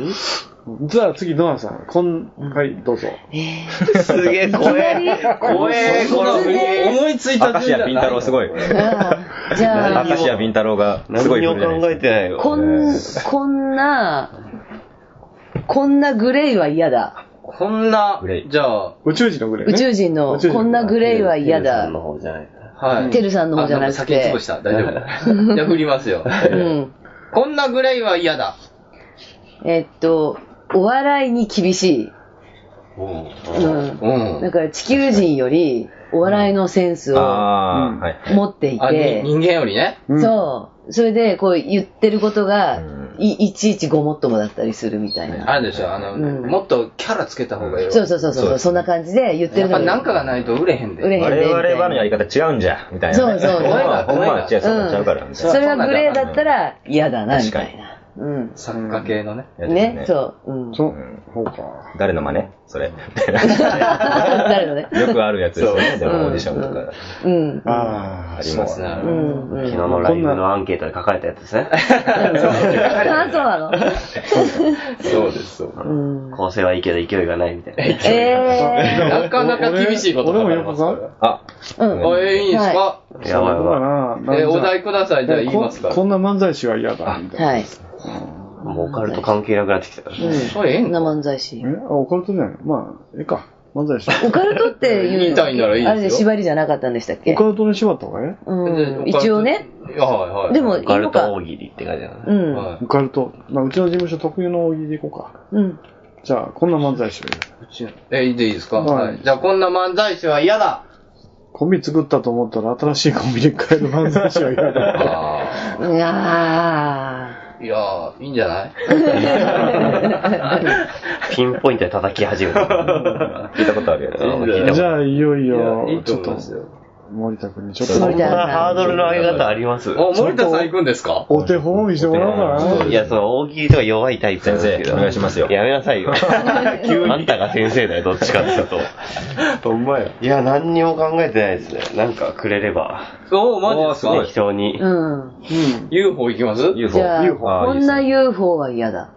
[SPEAKER 1] じゃあ次、ノアさん。こん、はい、どうぞ。
[SPEAKER 3] えー
[SPEAKER 5] すげえ、怖え。怖え、こ の振り。
[SPEAKER 2] 思いついた
[SPEAKER 4] 明石家
[SPEAKER 2] だ
[SPEAKER 4] ピン太郎すごい。
[SPEAKER 3] あーじゃあ、
[SPEAKER 4] 明石家ピン太郎がすごい来
[SPEAKER 5] 何を
[SPEAKER 4] るじゃない
[SPEAKER 5] 考え
[SPEAKER 4] です
[SPEAKER 5] てないよ。
[SPEAKER 3] こん、こんな、こんなグレイは嫌だ。
[SPEAKER 2] こんな
[SPEAKER 4] グレ、イ
[SPEAKER 2] じゃあ、
[SPEAKER 1] 宇宙人のぐらいね。
[SPEAKER 3] 宇宙人の、
[SPEAKER 1] 宇宙人
[SPEAKER 3] こんなグレイは嫌
[SPEAKER 5] テルさん
[SPEAKER 3] だ。
[SPEAKER 5] の方じゃないな。
[SPEAKER 2] はい。
[SPEAKER 3] てるさんの方じゃなく
[SPEAKER 2] あんか先に
[SPEAKER 3] て
[SPEAKER 2] 潰し。た。大丈夫。じゃあ振りますよ。
[SPEAKER 3] うん。
[SPEAKER 2] こんなグレイは嫌だ。
[SPEAKER 3] えっと、お笑いに厳しい。うん。
[SPEAKER 2] うん。
[SPEAKER 3] だから地球人より、お笑いのセンス
[SPEAKER 4] か。
[SPEAKER 3] を
[SPEAKER 4] あ
[SPEAKER 1] うん
[SPEAKER 4] あ、はい。
[SPEAKER 3] 持ってい
[SPEAKER 2] あ、に
[SPEAKER 3] て、
[SPEAKER 2] 人間よりね。
[SPEAKER 1] うん
[SPEAKER 3] そう。それで、こう言ってることが
[SPEAKER 4] う、ん
[SPEAKER 3] いいちいちごもっともだったりするみたいな。
[SPEAKER 2] あれでしょ、あの、
[SPEAKER 3] うん
[SPEAKER 2] もっとキャラつけた方がいいよ。
[SPEAKER 3] そうそうそうそう、
[SPEAKER 4] そう
[SPEAKER 3] そ
[SPEAKER 4] です
[SPEAKER 3] んな感じで言って
[SPEAKER 2] や
[SPEAKER 3] る
[SPEAKER 2] っぱ
[SPEAKER 3] のに。
[SPEAKER 2] なんかがないと売れへんで。
[SPEAKER 3] 売れへん
[SPEAKER 4] 我々はのやり方違うんじゃ、みたいなね。
[SPEAKER 3] そうそう
[SPEAKER 4] お前は、お前は違う、そうなっちゃうから、みたい
[SPEAKER 3] それがグレーだったら嫌だな、み
[SPEAKER 4] 確か
[SPEAKER 3] た
[SPEAKER 4] に
[SPEAKER 3] いな。うん。
[SPEAKER 2] 作家系のね。
[SPEAKER 4] な。
[SPEAKER 3] ね、そう。うん。
[SPEAKER 1] そ
[SPEAKER 4] ん
[SPEAKER 1] そうか。
[SPEAKER 4] 誰の真似それ。
[SPEAKER 3] 誰のね。
[SPEAKER 4] よくあるやつですよね。でもオーディションとか
[SPEAKER 3] うん。
[SPEAKER 1] あ
[SPEAKER 4] あ
[SPEAKER 1] あ、
[SPEAKER 4] ります
[SPEAKER 2] そう
[SPEAKER 4] ね。
[SPEAKER 3] う
[SPEAKER 2] で
[SPEAKER 3] ん。うん。
[SPEAKER 5] 昨日のライブのアンケートで書かれたやつですね。
[SPEAKER 3] あ、そうなの
[SPEAKER 2] す、そうです。
[SPEAKER 3] うん。
[SPEAKER 5] 構成はいいけど勢いがないみたいな。
[SPEAKER 3] え
[SPEAKER 2] なかなか厳しいこと
[SPEAKER 1] 俺
[SPEAKER 2] が
[SPEAKER 1] も
[SPEAKER 2] かかり
[SPEAKER 1] よ
[SPEAKER 2] ま
[SPEAKER 1] く
[SPEAKER 2] すか。
[SPEAKER 1] から
[SPEAKER 4] あ、
[SPEAKER 3] ー。うん。
[SPEAKER 2] あ、えーいいんですか
[SPEAKER 5] やばいやばい。
[SPEAKER 1] な
[SPEAKER 2] えーお題ください、じゃあ言います
[SPEAKER 1] こ
[SPEAKER 2] から。
[SPEAKER 1] こんな漫才師は嫌だ、みたい
[SPEAKER 3] はい。
[SPEAKER 5] もうオカルト関係なくなってきたから。
[SPEAKER 2] それええん
[SPEAKER 3] な漫才師
[SPEAKER 1] な。。えあ、オカルトじゃないまあ、ええか。漫才師。
[SPEAKER 3] オカルトっていう。
[SPEAKER 2] 言いたいならいいですよ
[SPEAKER 3] あれで縛りじゃなかったんでしたっ
[SPEAKER 1] オ
[SPEAKER 3] け
[SPEAKER 1] カルトに縛った方がえ
[SPEAKER 3] うん。一応ね。。
[SPEAKER 2] いやはいはい。
[SPEAKER 3] でも、いい
[SPEAKER 5] オカル
[SPEAKER 3] の
[SPEAKER 5] ト
[SPEAKER 3] か
[SPEAKER 5] 大。喜利って感じだな。
[SPEAKER 3] う。
[SPEAKER 2] うん
[SPEAKER 1] え
[SPEAKER 2] は。
[SPEAKER 1] オカルト。まあ、うちの事務所特有の大喜利でいこうか。
[SPEAKER 3] うん。
[SPEAKER 1] じゃあ、こんな漫才師はい
[SPEAKER 2] うちのえー、でいいですか
[SPEAKER 1] はい
[SPEAKER 2] はい。じゃあこんな漫才師は嫌だ。
[SPEAKER 1] い。コンビ作ったと思ったら新しいコンビに変える漫才師は嫌だ。
[SPEAKER 2] あ
[SPEAKER 3] いや
[SPEAKER 2] あ。いやー、いいんじゃない
[SPEAKER 5] ピンポイントで叩き始めた。
[SPEAKER 4] 聞いたことあるやつ。
[SPEAKER 2] いや
[SPEAKER 1] じゃあ、いよい
[SPEAKER 2] い
[SPEAKER 1] よ
[SPEAKER 2] やいい、
[SPEAKER 1] ち
[SPEAKER 2] と
[SPEAKER 1] ょっと
[SPEAKER 2] 思いま、すよ。
[SPEAKER 1] 森田君にちょっ
[SPEAKER 3] ー。
[SPEAKER 1] と
[SPEAKER 3] 森、田
[SPEAKER 5] そんなハ
[SPEAKER 3] さ
[SPEAKER 5] ードルの上げ方あります
[SPEAKER 2] お、森田さん行くんですか
[SPEAKER 1] お手本を見せてもらおうかな。
[SPEAKER 5] いや、その大喜利とか弱いタイプなんですけど。
[SPEAKER 4] 先生お願いしますよ
[SPEAKER 5] やめなさいよ。あんたが先生だよ、どっちかっていうと。
[SPEAKER 4] ほんまや。
[SPEAKER 5] いや、何にも考えてないですね。なんかくれれば。
[SPEAKER 2] そう、マジですか
[SPEAKER 5] 適当に
[SPEAKER 3] ん。。うん。
[SPEAKER 2] ?UFO 行きます
[SPEAKER 4] UFO
[SPEAKER 3] じ。ゃあ、
[SPEAKER 4] あ
[SPEAKER 3] こんな UFO は嫌だ。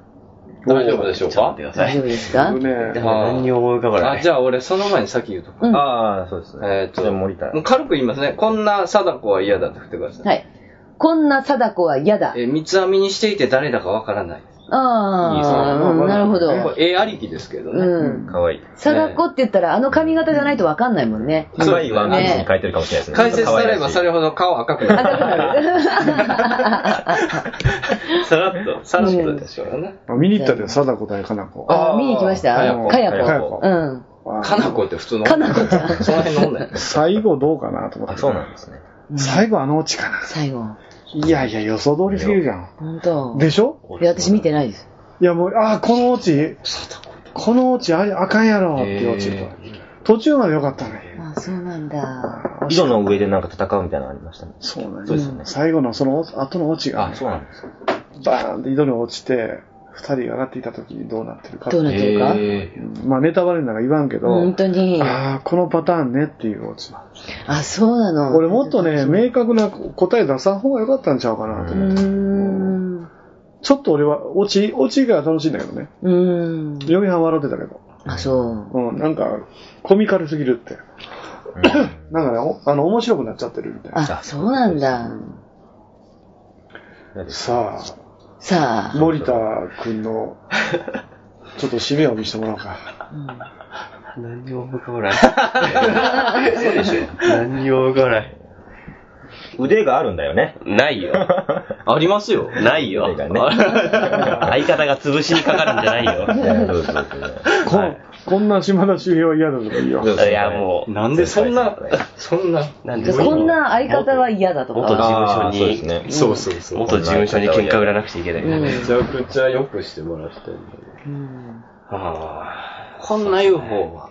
[SPEAKER 2] 大丈夫でしょう
[SPEAKER 5] ちょっ
[SPEAKER 2] か
[SPEAKER 5] と待ってくださ
[SPEAKER 3] 大丈
[SPEAKER 5] い。
[SPEAKER 3] 夫ですか
[SPEAKER 1] 僕ね、
[SPEAKER 5] 何にも思い浮かばな
[SPEAKER 2] あ、
[SPEAKER 5] い。
[SPEAKER 2] じゃあ俺その前に先言うとこ
[SPEAKER 3] うん。は
[SPEAKER 4] ああ、そうですね。
[SPEAKER 2] えっと
[SPEAKER 4] じゃあ森田
[SPEAKER 2] も。う軽く言いますね。こんな貞子は嫌だって振ってください。
[SPEAKER 3] い。こんな貞子は嫌だ。
[SPEAKER 2] えー三つ編みにしていて誰だかわからない。
[SPEAKER 3] ああ、うんなるほ
[SPEAKER 2] こ
[SPEAKER 3] ど。
[SPEAKER 2] れ絵ありきですけどね。
[SPEAKER 3] うん。
[SPEAKER 4] かわいい。
[SPEAKER 3] 貞子って言ったら、あの髪型じゃないとわかんないもんね。
[SPEAKER 4] かわいいワンピースに書いてるかもしれないですね。
[SPEAKER 2] 解説さればさ
[SPEAKER 4] れ
[SPEAKER 2] れほど顔赤くなる。
[SPEAKER 5] さらっと。
[SPEAKER 2] さらっとですからね。
[SPEAKER 1] 見に行ったで、貞子対かな子。
[SPEAKER 3] あ見に行きました
[SPEAKER 2] か
[SPEAKER 3] か
[SPEAKER 2] や
[SPEAKER 3] や
[SPEAKER 2] こ
[SPEAKER 3] こ。
[SPEAKER 4] かやこ
[SPEAKER 3] うん。
[SPEAKER 1] あ
[SPEAKER 2] かなこって普通の。
[SPEAKER 3] かなこちゃん。
[SPEAKER 2] その辺の女や
[SPEAKER 1] 最後どうかなと思って。
[SPEAKER 4] あ、そうなんですね。
[SPEAKER 1] 最後あのオチかな。
[SPEAKER 3] 最後。
[SPEAKER 1] いやいや、予想通りすぎるじゃん。
[SPEAKER 3] 本当。
[SPEAKER 1] でしょ
[SPEAKER 3] いや、私見てないです。
[SPEAKER 1] いやもう、ああ、このオチ、このオチありあかんやろっていうオチと。途中までよかったね。
[SPEAKER 3] あ、そうなんだ。
[SPEAKER 4] 井戸の上でなんか戦うみたいなのありましたね。
[SPEAKER 1] そうなん
[SPEAKER 4] そうですよね
[SPEAKER 1] 最後のその後のオチが
[SPEAKER 4] あ、
[SPEAKER 1] ね、
[SPEAKER 4] そうなんですか。
[SPEAKER 1] バーンって井戸に落ちて、二人が上がっていた時にどうなってるか。
[SPEAKER 3] どうなってるか
[SPEAKER 1] まあネタバレなんか言わんけど、
[SPEAKER 3] 本当に。
[SPEAKER 1] ああ、このパターンねっていうオチな。
[SPEAKER 3] あ、そうなの。
[SPEAKER 1] 俺もっとね、明確な答え出さん方がよかったんちゃうかなと
[SPEAKER 3] うー
[SPEAKER 1] 思って。
[SPEAKER 3] ん。う
[SPEAKER 1] ちょっと俺は、オチ、オチが楽しいんだけどね。
[SPEAKER 3] ーん。
[SPEAKER 1] 嫁はん笑ってたけど。
[SPEAKER 3] あ、そう。
[SPEAKER 1] うん、なんか、コミカルすぎるって。なんかね、おあの、面白くなっちゃってるみたいな。
[SPEAKER 3] あ、そうなんだ。
[SPEAKER 1] さ
[SPEAKER 3] さ
[SPEAKER 1] あ、森田くんの、ちょっと締めを見せてもらおうか。
[SPEAKER 5] 何にも思い浮かばない。そうでしょ。何にも思い浮かばない。
[SPEAKER 4] 腕があるんだよね。
[SPEAKER 5] ないよ。ありますよ。ないよ。
[SPEAKER 4] 腕が
[SPEAKER 5] 相
[SPEAKER 4] ね
[SPEAKER 5] 方が潰しにかかるんじゃない
[SPEAKER 4] い
[SPEAKER 5] よ。
[SPEAKER 4] やどうぞどうぞ
[SPEAKER 1] こ,、こんな島田周平は嫌だとかいいよ。
[SPEAKER 5] いや、もう、
[SPEAKER 2] なんでそんな、そんな。
[SPEAKER 5] なん
[SPEAKER 3] あ。
[SPEAKER 5] で
[SPEAKER 3] こんな相方は嫌だと
[SPEAKER 5] 元事
[SPEAKER 3] か。
[SPEAKER 4] あー
[SPEAKER 5] 務所
[SPEAKER 4] そうです
[SPEAKER 5] に、
[SPEAKER 4] ね。
[SPEAKER 2] そうそうそ
[SPEAKER 5] 元事務所に喧嘩売らなくちゃいけないからね。
[SPEAKER 2] めちゃくちゃ良くしてもらったんだけど
[SPEAKER 3] うん
[SPEAKER 5] あ
[SPEAKER 2] こんな UFO は。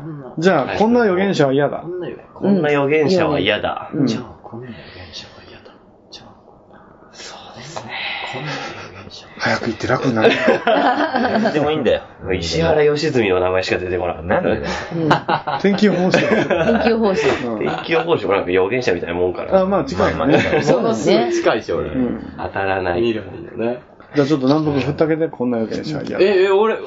[SPEAKER 4] うん
[SPEAKER 1] じゃあ、こんな予言者は嫌だ
[SPEAKER 2] こ。んな UFO。
[SPEAKER 5] ーこんな予言者は嫌だ。
[SPEAKER 1] うん
[SPEAKER 2] じゃあ、こんな予言者は嫌だ。じゃあ、そうですね。こんな予言者は。
[SPEAKER 1] 早く行って楽になる。
[SPEAKER 4] 何でもいいんだよ。
[SPEAKER 5] 石原良純の名前しか出てこなかった。
[SPEAKER 4] なんでだよ。
[SPEAKER 1] 天気予報士。
[SPEAKER 3] 天気予報士。
[SPEAKER 1] うん
[SPEAKER 5] 天気予報士もなんか予言者みたいなもんか
[SPEAKER 1] あ、
[SPEAKER 5] ら。
[SPEAKER 1] まあ、近い
[SPEAKER 4] まあまあ
[SPEAKER 1] ね。
[SPEAKER 2] そのすぐ近いし、俺。
[SPEAKER 1] うん
[SPEAKER 5] 当たらない。
[SPEAKER 2] 見るもんね。
[SPEAKER 1] じゃあ、ちょっと南北ふったけで、こんな予言者は嫌だ。
[SPEAKER 2] え、え、俺、え、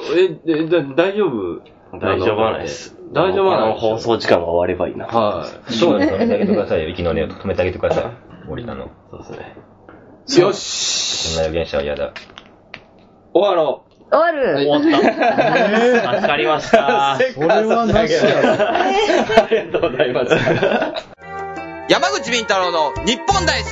[SPEAKER 2] えだ大丈夫
[SPEAKER 5] 大丈夫はないです。
[SPEAKER 2] 大丈夫は
[SPEAKER 5] あ
[SPEAKER 2] な
[SPEAKER 5] の
[SPEAKER 2] い
[SPEAKER 5] 放送時間が終わればいいな。
[SPEAKER 2] はい。
[SPEAKER 4] そう止めてあげてくださいよ。息の根を止めてあげてください。森田の。こ
[SPEAKER 5] そうですね。
[SPEAKER 2] よし
[SPEAKER 4] んな予言者は嫌だ。
[SPEAKER 2] 終わろう
[SPEAKER 3] 終わる。
[SPEAKER 5] 終わった。助かりました。あ
[SPEAKER 1] それはなしやろ。
[SPEAKER 5] りがとうございます。
[SPEAKER 6] 山口敏太郎の日本大好き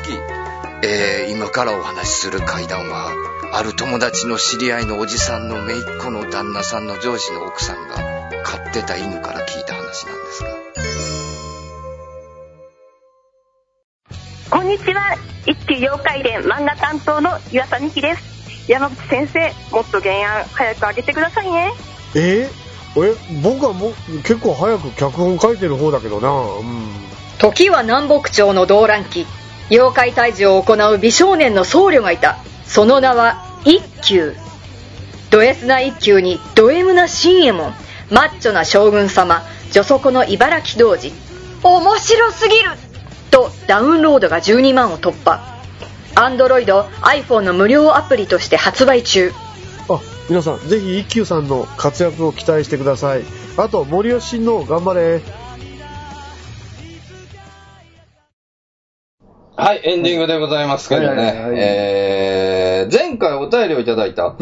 [SPEAKER 6] えー、今からお話しする会談は、ある友達の知り合いのおじさんの姪っ子の旦那さんの上司の奥さんが飼ってた犬から聞いた話なんですが。
[SPEAKER 10] こんにちは。一級妖怪伝漫画担当の岩佐美希です。
[SPEAKER 11] 山口先生もっと原案早く上げてくださいね
[SPEAKER 6] ええ僕はもう結構早く脚本書いてる方だけどな、うん、
[SPEAKER 12] 時は南北朝の動乱期妖怪退治を行う美少年の僧侶がいたその名は一休ド S な一休にド M な新右衛門マッチョな将軍様女底の茨城童子面白すぎるとダウンロードが12万を突破アンドロイド iPhone の無料アプリとして発売中
[SPEAKER 6] あ皆さんぜひ一休さんの活躍を期待してくださいあと森吉の頑張れ
[SPEAKER 2] はい、エンディングでございますけどね。えー前回お便りをいただいた、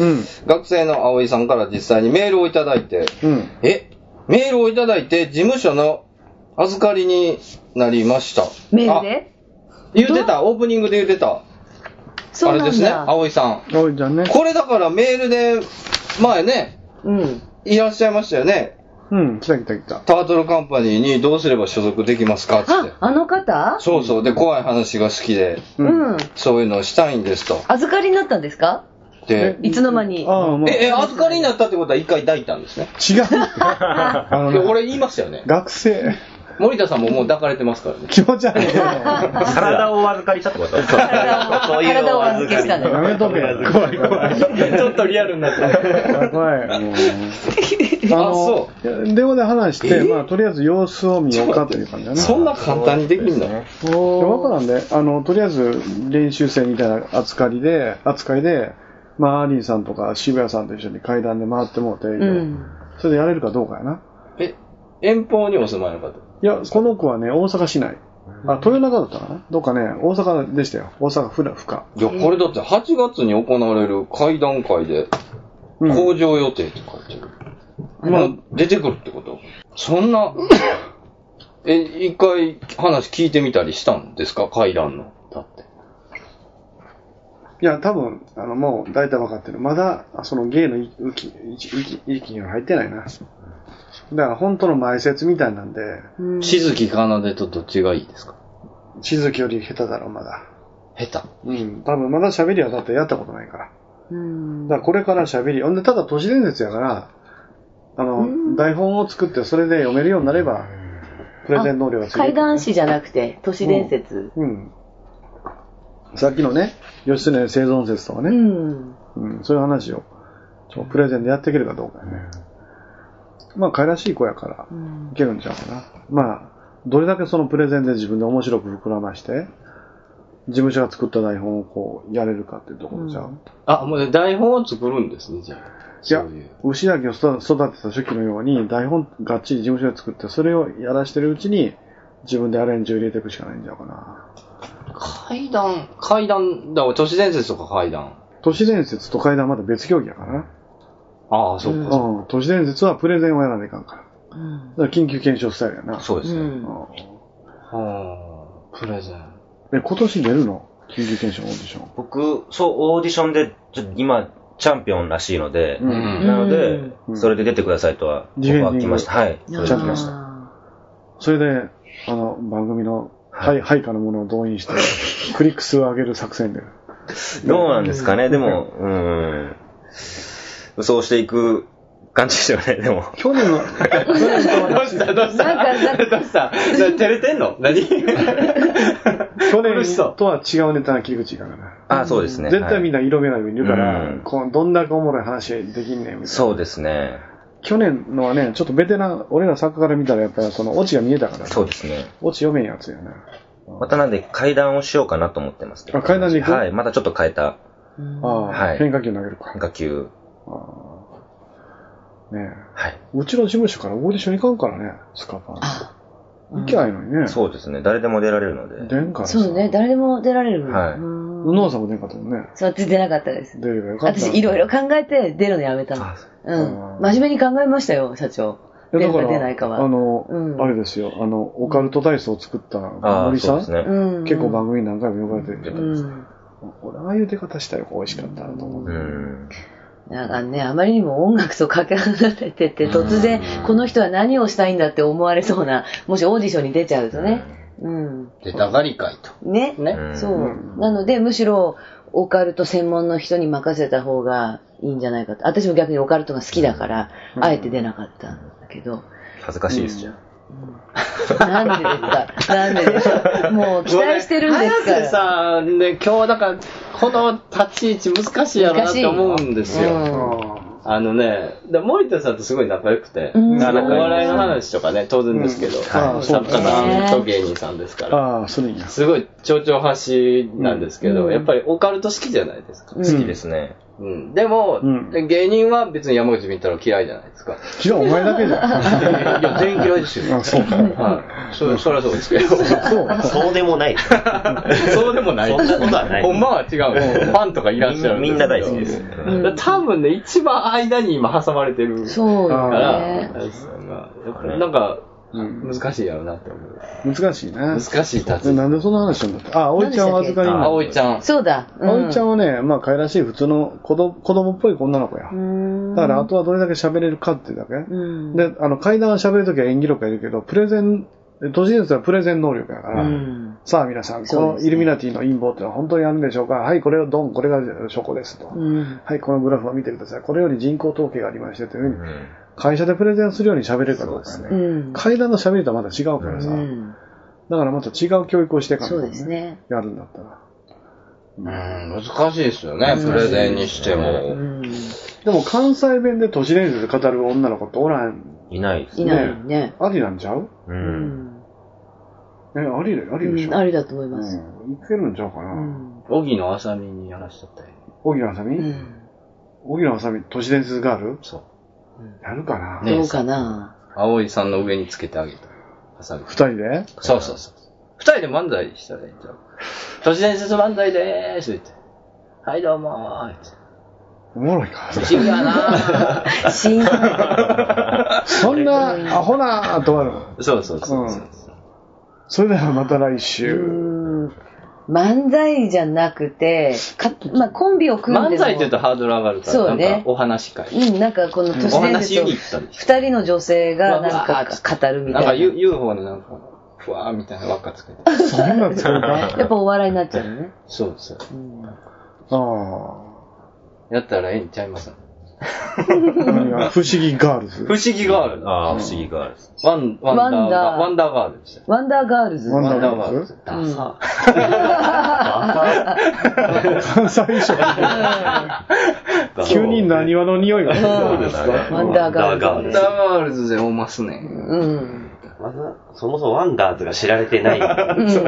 [SPEAKER 2] 学生の葵さんから実際にメールをいただいて、
[SPEAKER 1] うん。
[SPEAKER 2] え、メールをいただいて、事務所の預かりになりました。
[SPEAKER 3] メールで
[SPEAKER 2] 言ってた、オープニングで言ってた。
[SPEAKER 3] そうなんだ
[SPEAKER 2] あれですね、葵さん。
[SPEAKER 1] 葵ちゃんね。
[SPEAKER 2] これだからメールで、前ね、
[SPEAKER 3] うん。
[SPEAKER 2] いらっしゃいましたよね。
[SPEAKER 1] うん、来た来た来た。
[SPEAKER 2] タートルカンパニーにどうすれば所属できますかっつって。
[SPEAKER 3] あの方
[SPEAKER 2] そうそう。で、怖い話が好きで、
[SPEAKER 3] うん。
[SPEAKER 2] そういうのをしたいんですと。
[SPEAKER 3] 預かりになったんですか
[SPEAKER 2] で、
[SPEAKER 3] いつの間に。
[SPEAKER 1] ああ、もう。
[SPEAKER 2] え、え、預かりになったってことは一回抱いたんですね。
[SPEAKER 1] 違う。 あの
[SPEAKER 2] で
[SPEAKER 1] ね、
[SPEAKER 2] 俺言いましたよね。
[SPEAKER 1] 学生、
[SPEAKER 2] 森田さんももう抱かれてますからね。
[SPEAKER 1] 気持ち悪いけど。や
[SPEAKER 4] 体をお預かりしたってこと
[SPEAKER 5] そういう
[SPEAKER 3] 体を
[SPEAKER 5] お
[SPEAKER 3] 預
[SPEAKER 5] 預
[SPEAKER 3] け
[SPEAKER 5] か
[SPEAKER 3] したの。
[SPEAKER 1] めとけ。怖い怖い。
[SPEAKER 2] ちょっとリアルになって
[SPEAKER 1] 怖い。もう
[SPEAKER 2] あそ
[SPEAKER 1] の、電話で話して、まあ、とりあえず様子を見ようかという感じだね。
[SPEAKER 2] そんな簡単にできんの
[SPEAKER 1] わからんで、あの、とりあえず練習生みたいな扱いで、扱いで、まあ、アーリーさんとか渋谷さんと一緒に階段で回ってもうて、
[SPEAKER 3] うん。
[SPEAKER 1] それでやれるかどうかやな。
[SPEAKER 2] え、遠方にお住まいの方。
[SPEAKER 1] いや、この子はね、大阪市内。あ、豊中だったかなどっかね、大阪でしたよ。大阪府ら、府下。
[SPEAKER 2] いや、これだって8月に行われる会談会で、
[SPEAKER 1] うん
[SPEAKER 2] 工場予定って書いてる。まあ、出てくるってことそん な、え、一回話聞いてみたりしたんですか会談の。だって。
[SPEAKER 1] いや、多分、あの、もう、大体分かってる。まだ、その、芸の域、域、域域には入ってないな。だから、本当の前説みたいなんで、
[SPEAKER 2] 静木かなでとどっちがいいですか
[SPEAKER 1] しずきより下手だろ、まだ。
[SPEAKER 2] 下手。
[SPEAKER 1] うん。多分、まだ喋りはだってやったことないから。だから、これから喋り。ほんで、ただ、都市伝説やから、あの、台本を作って、それで読めるようになれば、プレゼン能力がついてくる
[SPEAKER 3] 怪談師じゃなくて、都市伝説。
[SPEAKER 1] うん。さっきのね、義経生存説とか
[SPEAKER 3] う
[SPEAKER 1] ね、
[SPEAKER 3] ん。
[SPEAKER 1] うん、そういう話を、ちょプレゼンでやっていけるかどうかね。まあ、可愛らしい子やから、いけるんちゃうかな。まあ、どれだけそのプレゼンで自分で面白く膨らまして、事務所が作った台本をこう、やれるかっていうところちゃう。
[SPEAKER 2] あ、もうね台本を作るんですね、じゃあ。
[SPEAKER 1] いや
[SPEAKER 2] そういう。、
[SPEAKER 1] 牛だけを育てた初期のように、台本がっちり事務所で作って、それをやらしてるうちに、自分でアレンジを入れていくしかないんちゃうかな。
[SPEAKER 2] 階段、階段、だから都市伝説とか階段。
[SPEAKER 1] 都市伝説と怪談はまた別競技やからな。
[SPEAKER 2] ああ、そっかそっか。
[SPEAKER 1] うん、都市伝説はプレゼンをやらないかんから。だから緊急検証スタイルやな。
[SPEAKER 4] そうですね。
[SPEAKER 1] うん
[SPEAKER 2] はあ、プレゼン。
[SPEAKER 1] え、今年出るの緊急検証オーディション。
[SPEAKER 4] 僕、そう、オーディションで、ちょっと今、チャンピオンらしいので、
[SPEAKER 1] うん
[SPEAKER 2] うん。
[SPEAKER 4] なので、
[SPEAKER 1] ん
[SPEAKER 4] それで出てくださいとは、
[SPEAKER 1] ディフェンディング
[SPEAKER 4] 僕は来ました。はい。
[SPEAKER 1] ちゃんと来ました。それで、あの、番組の、はい、配下のものを動員して、クリック数を上げる作戦で。
[SPEAKER 4] どうなんですかね、でも、うん。そうしていく感じですよね、でも。
[SPEAKER 1] 去年の、
[SPEAKER 2] どうしたどうした
[SPEAKER 3] なんか
[SPEAKER 2] どうした照れてんの何
[SPEAKER 1] 去年
[SPEAKER 2] 苦しそう
[SPEAKER 1] とは違うネタの切り口だから。
[SPEAKER 4] あ、そうですね。
[SPEAKER 1] 絶対みん
[SPEAKER 4] な。
[SPEAKER 1] な色目ないるから、
[SPEAKER 4] うん
[SPEAKER 1] こうどんだけおもろい話できんねんみたいな。
[SPEAKER 4] そうですね。
[SPEAKER 1] 去年のはね、ちょっとベテラン、俺ら作家から見たらやっぱりそのオチが見えたから、
[SPEAKER 4] そうですね。
[SPEAKER 1] オチ読めんやつやな。
[SPEAKER 4] またなんで、階段をしようかなと思ってますけど
[SPEAKER 1] あ階段で行く
[SPEAKER 4] はい。またちょっと変えた
[SPEAKER 1] ああ、
[SPEAKER 4] はい
[SPEAKER 1] 変化球投げるか。
[SPEAKER 4] 変化球。
[SPEAKER 1] ね
[SPEAKER 4] はい。
[SPEAKER 1] えうちの事務所からオーディション行かんからね、スカパン。行きゃいいのにね。
[SPEAKER 4] そうですね。誰でも出られるので。
[SPEAKER 1] 出んからさ
[SPEAKER 3] そうね、。誰でも出られる。
[SPEAKER 4] はい
[SPEAKER 3] うん
[SPEAKER 1] うのうさんも出んかったもんね。
[SPEAKER 3] そう、私出なかったです。
[SPEAKER 1] 出ればよかった。
[SPEAKER 3] 私、いろいろ。考えて出るのやめたの。
[SPEAKER 4] あ
[SPEAKER 3] うん。真面目に考えましたよ、社長。
[SPEAKER 1] い
[SPEAKER 3] 出
[SPEAKER 1] やだか、
[SPEAKER 3] るから出ないかは。
[SPEAKER 1] あの、
[SPEAKER 3] うん
[SPEAKER 1] あれですよ、あの、オカルト体操を作った
[SPEAKER 4] ああ、
[SPEAKER 1] 森
[SPEAKER 4] そ
[SPEAKER 1] さ、
[SPEAKER 4] うんですね。
[SPEAKER 3] うん、
[SPEAKER 1] 結構番組に何回も呼ばれてるけど、
[SPEAKER 3] うん。
[SPEAKER 1] 俺、ああいう出方したよ、美味しかったなと思う。
[SPEAKER 4] うん。
[SPEAKER 3] なんかね、あまりにも音楽とかけ離れてて、突然、この人は何をしたいんだって思われそうな、もしオーディションに出ちゃうとね。うん。
[SPEAKER 2] 出たがり会と。
[SPEAKER 3] ね。
[SPEAKER 2] ね。
[SPEAKER 4] うん
[SPEAKER 3] そう。なので、むしろ、オカルト専門の人に任せた方がいいんじゃないかと。私も逆にオカルトが好きだから、あえて出なかったんだけど。
[SPEAKER 4] 恥ずかしいですじゃん。
[SPEAKER 3] なん でですかなんでですかもう期待してるんですから。
[SPEAKER 2] 早瀬さんね、今日だから、この立ち位置難しいやろなって思うんですよ。あのね、で森田さんとすごい仲良くて、
[SPEAKER 1] うん
[SPEAKER 2] あのお笑いの話とかね、当然ですけど、
[SPEAKER 1] うん
[SPEAKER 2] あ
[SPEAKER 1] はい
[SPEAKER 2] の作家さんと芸人さんですから、
[SPEAKER 1] ああ、それいいや。
[SPEAKER 2] すごい蝶々発なんですけど、
[SPEAKER 1] うん
[SPEAKER 2] やっぱりオカルト好きじゃないですか。
[SPEAKER 1] 好きです
[SPEAKER 4] ね。
[SPEAKER 2] うん、でも、芸人は別に山口み太郎嫌いじゃないですか。
[SPEAKER 1] じゃあお前だけじゃん。
[SPEAKER 2] いや、全員嫌いですよ。
[SPEAKER 1] あそう
[SPEAKER 2] はい。そ、そりゃそうですけど。
[SPEAKER 5] そうでもない。
[SPEAKER 2] そうでもない。
[SPEAKER 5] そんなことはない
[SPEAKER 2] ほんまは違う。ファンとかいらっしゃる
[SPEAKER 5] みんみんな大好きです
[SPEAKER 2] うん多分ね、一番間に今挟まれてる。
[SPEAKER 3] そう
[SPEAKER 2] か
[SPEAKER 1] よ
[SPEAKER 2] ら
[SPEAKER 1] ね、
[SPEAKER 2] やっぱなんか、難しいやろうなって思う。
[SPEAKER 1] 難しいね。難
[SPEAKER 2] しい立
[SPEAKER 1] ち。なんでそんな話なんだって。あ、葵ちゃんを預かりに。
[SPEAKER 2] あ葵ちゃん。
[SPEAKER 3] そうだ。
[SPEAKER 1] 葵ちゃんはね、まあ、可愛らしい普通の子供子供っぽい女の子や。だから、あとはどれだけ喋れるかっていうだけ。で、あの、階段は喋るときは演技力がいるけど、プレゼン、都市伝説はプレゼン能力やから、
[SPEAKER 3] うん
[SPEAKER 1] さあ皆さん、こ
[SPEAKER 3] そう
[SPEAKER 1] の
[SPEAKER 3] ですね
[SPEAKER 1] イルミナティの陰謀ってのは本当にあるんでしょうかはい、これをドン、これが証拠ですと。
[SPEAKER 3] うん
[SPEAKER 1] はい、このグラフを見てください。これより人口統計がありましてというふうに、会社でプレゼンするように喋れるかどうかね。
[SPEAKER 3] うん。
[SPEAKER 1] 階段の喋りとはまた違うからさ、
[SPEAKER 3] うん
[SPEAKER 1] だからまた違う教育をしてから、
[SPEAKER 3] そうですね。
[SPEAKER 1] やるんだったら。
[SPEAKER 2] うん、難しいですよね、プレゼンにしても。
[SPEAKER 1] でも関西弁で都市伝説語る女の子っておらん。
[SPEAKER 4] いないです
[SPEAKER 3] いないね。
[SPEAKER 1] ありなんちゃう
[SPEAKER 4] うん。
[SPEAKER 1] え、ありだよ、ありでしょ。
[SPEAKER 3] うんありだと思います
[SPEAKER 1] うん。いけるんちゃうかな。
[SPEAKER 2] 荻野あさみにやらしちゃったよ。
[SPEAKER 1] 荻野あさみ荻野あさみ、都市伝説ガールそう。やるかな
[SPEAKER 2] ねえどう
[SPEAKER 3] かな
[SPEAKER 2] 葵さんの上につけてあげた。あさみ
[SPEAKER 1] 二人で
[SPEAKER 2] そうそうそう。二人で漫才したらいいんちゃう都市伝説漫才でーすって言って。はい、どうもーって。
[SPEAKER 1] おもろいか。
[SPEAKER 2] 不思議やな
[SPEAKER 3] ー
[SPEAKER 1] そんな、アホなーとあるの。。
[SPEAKER 2] そうそうそう
[SPEAKER 1] ん。それではまた来週。
[SPEAKER 3] 漫才じゃなくて、かまあ、コンビを組んでも
[SPEAKER 2] 漫才って言うとハードル上がるから、
[SPEAKER 3] そうね
[SPEAKER 2] なんかお話会。
[SPEAKER 3] うん、なんかこの都市
[SPEAKER 2] お
[SPEAKER 3] 伝
[SPEAKER 2] 話
[SPEAKER 3] 説
[SPEAKER 2] し
[SPEAKER 3] を
[SPEAKER 2] に行ったんです。
[SPEAKER 3] 二人の女性がなんか語るみた
[SPEAKER 2] なんか
[SPEAKER 3] いな。
[SPEAKER 2] U- UFO のなんか、ふわーみたいな輪っかつけて。
[SPEAKER 1] そんなん
[SPEAKER 3] そうねやっぱお笑いになっちゃうね。
[SPEAKER 2] そうそう。
[SPEAKER 1] あ
[SPEAKER 2] やったらええんちゃい ます
[SPEAKER 1] あ。何が不思議ガールズ。
[SPEAKER 2] 不思議ガール。
[SPEAKER 4] ああ、不思議 ガールズ。
[SPEAKER 2] ワン、ワンダーガー、ワンダーガールでした。
[SPEAKER 3] ワンダーガールズ。
[SPEAKER 1] ワンダーガールズ。
[SPEAKER 2] ダサ。
[SPEAKER 1] 関西省。急に何話の匂いがする。
[SPEAKER 2] そうですか
[SPEAKER 1] ワ
[SPEAKER 3] ンダーガールズ
[SPEAKER 2] ワンダーガールズでおますね。
[SPEAKER 3] うん。
[SPEAKER 5] まずそもそもワンダーズが知られてない、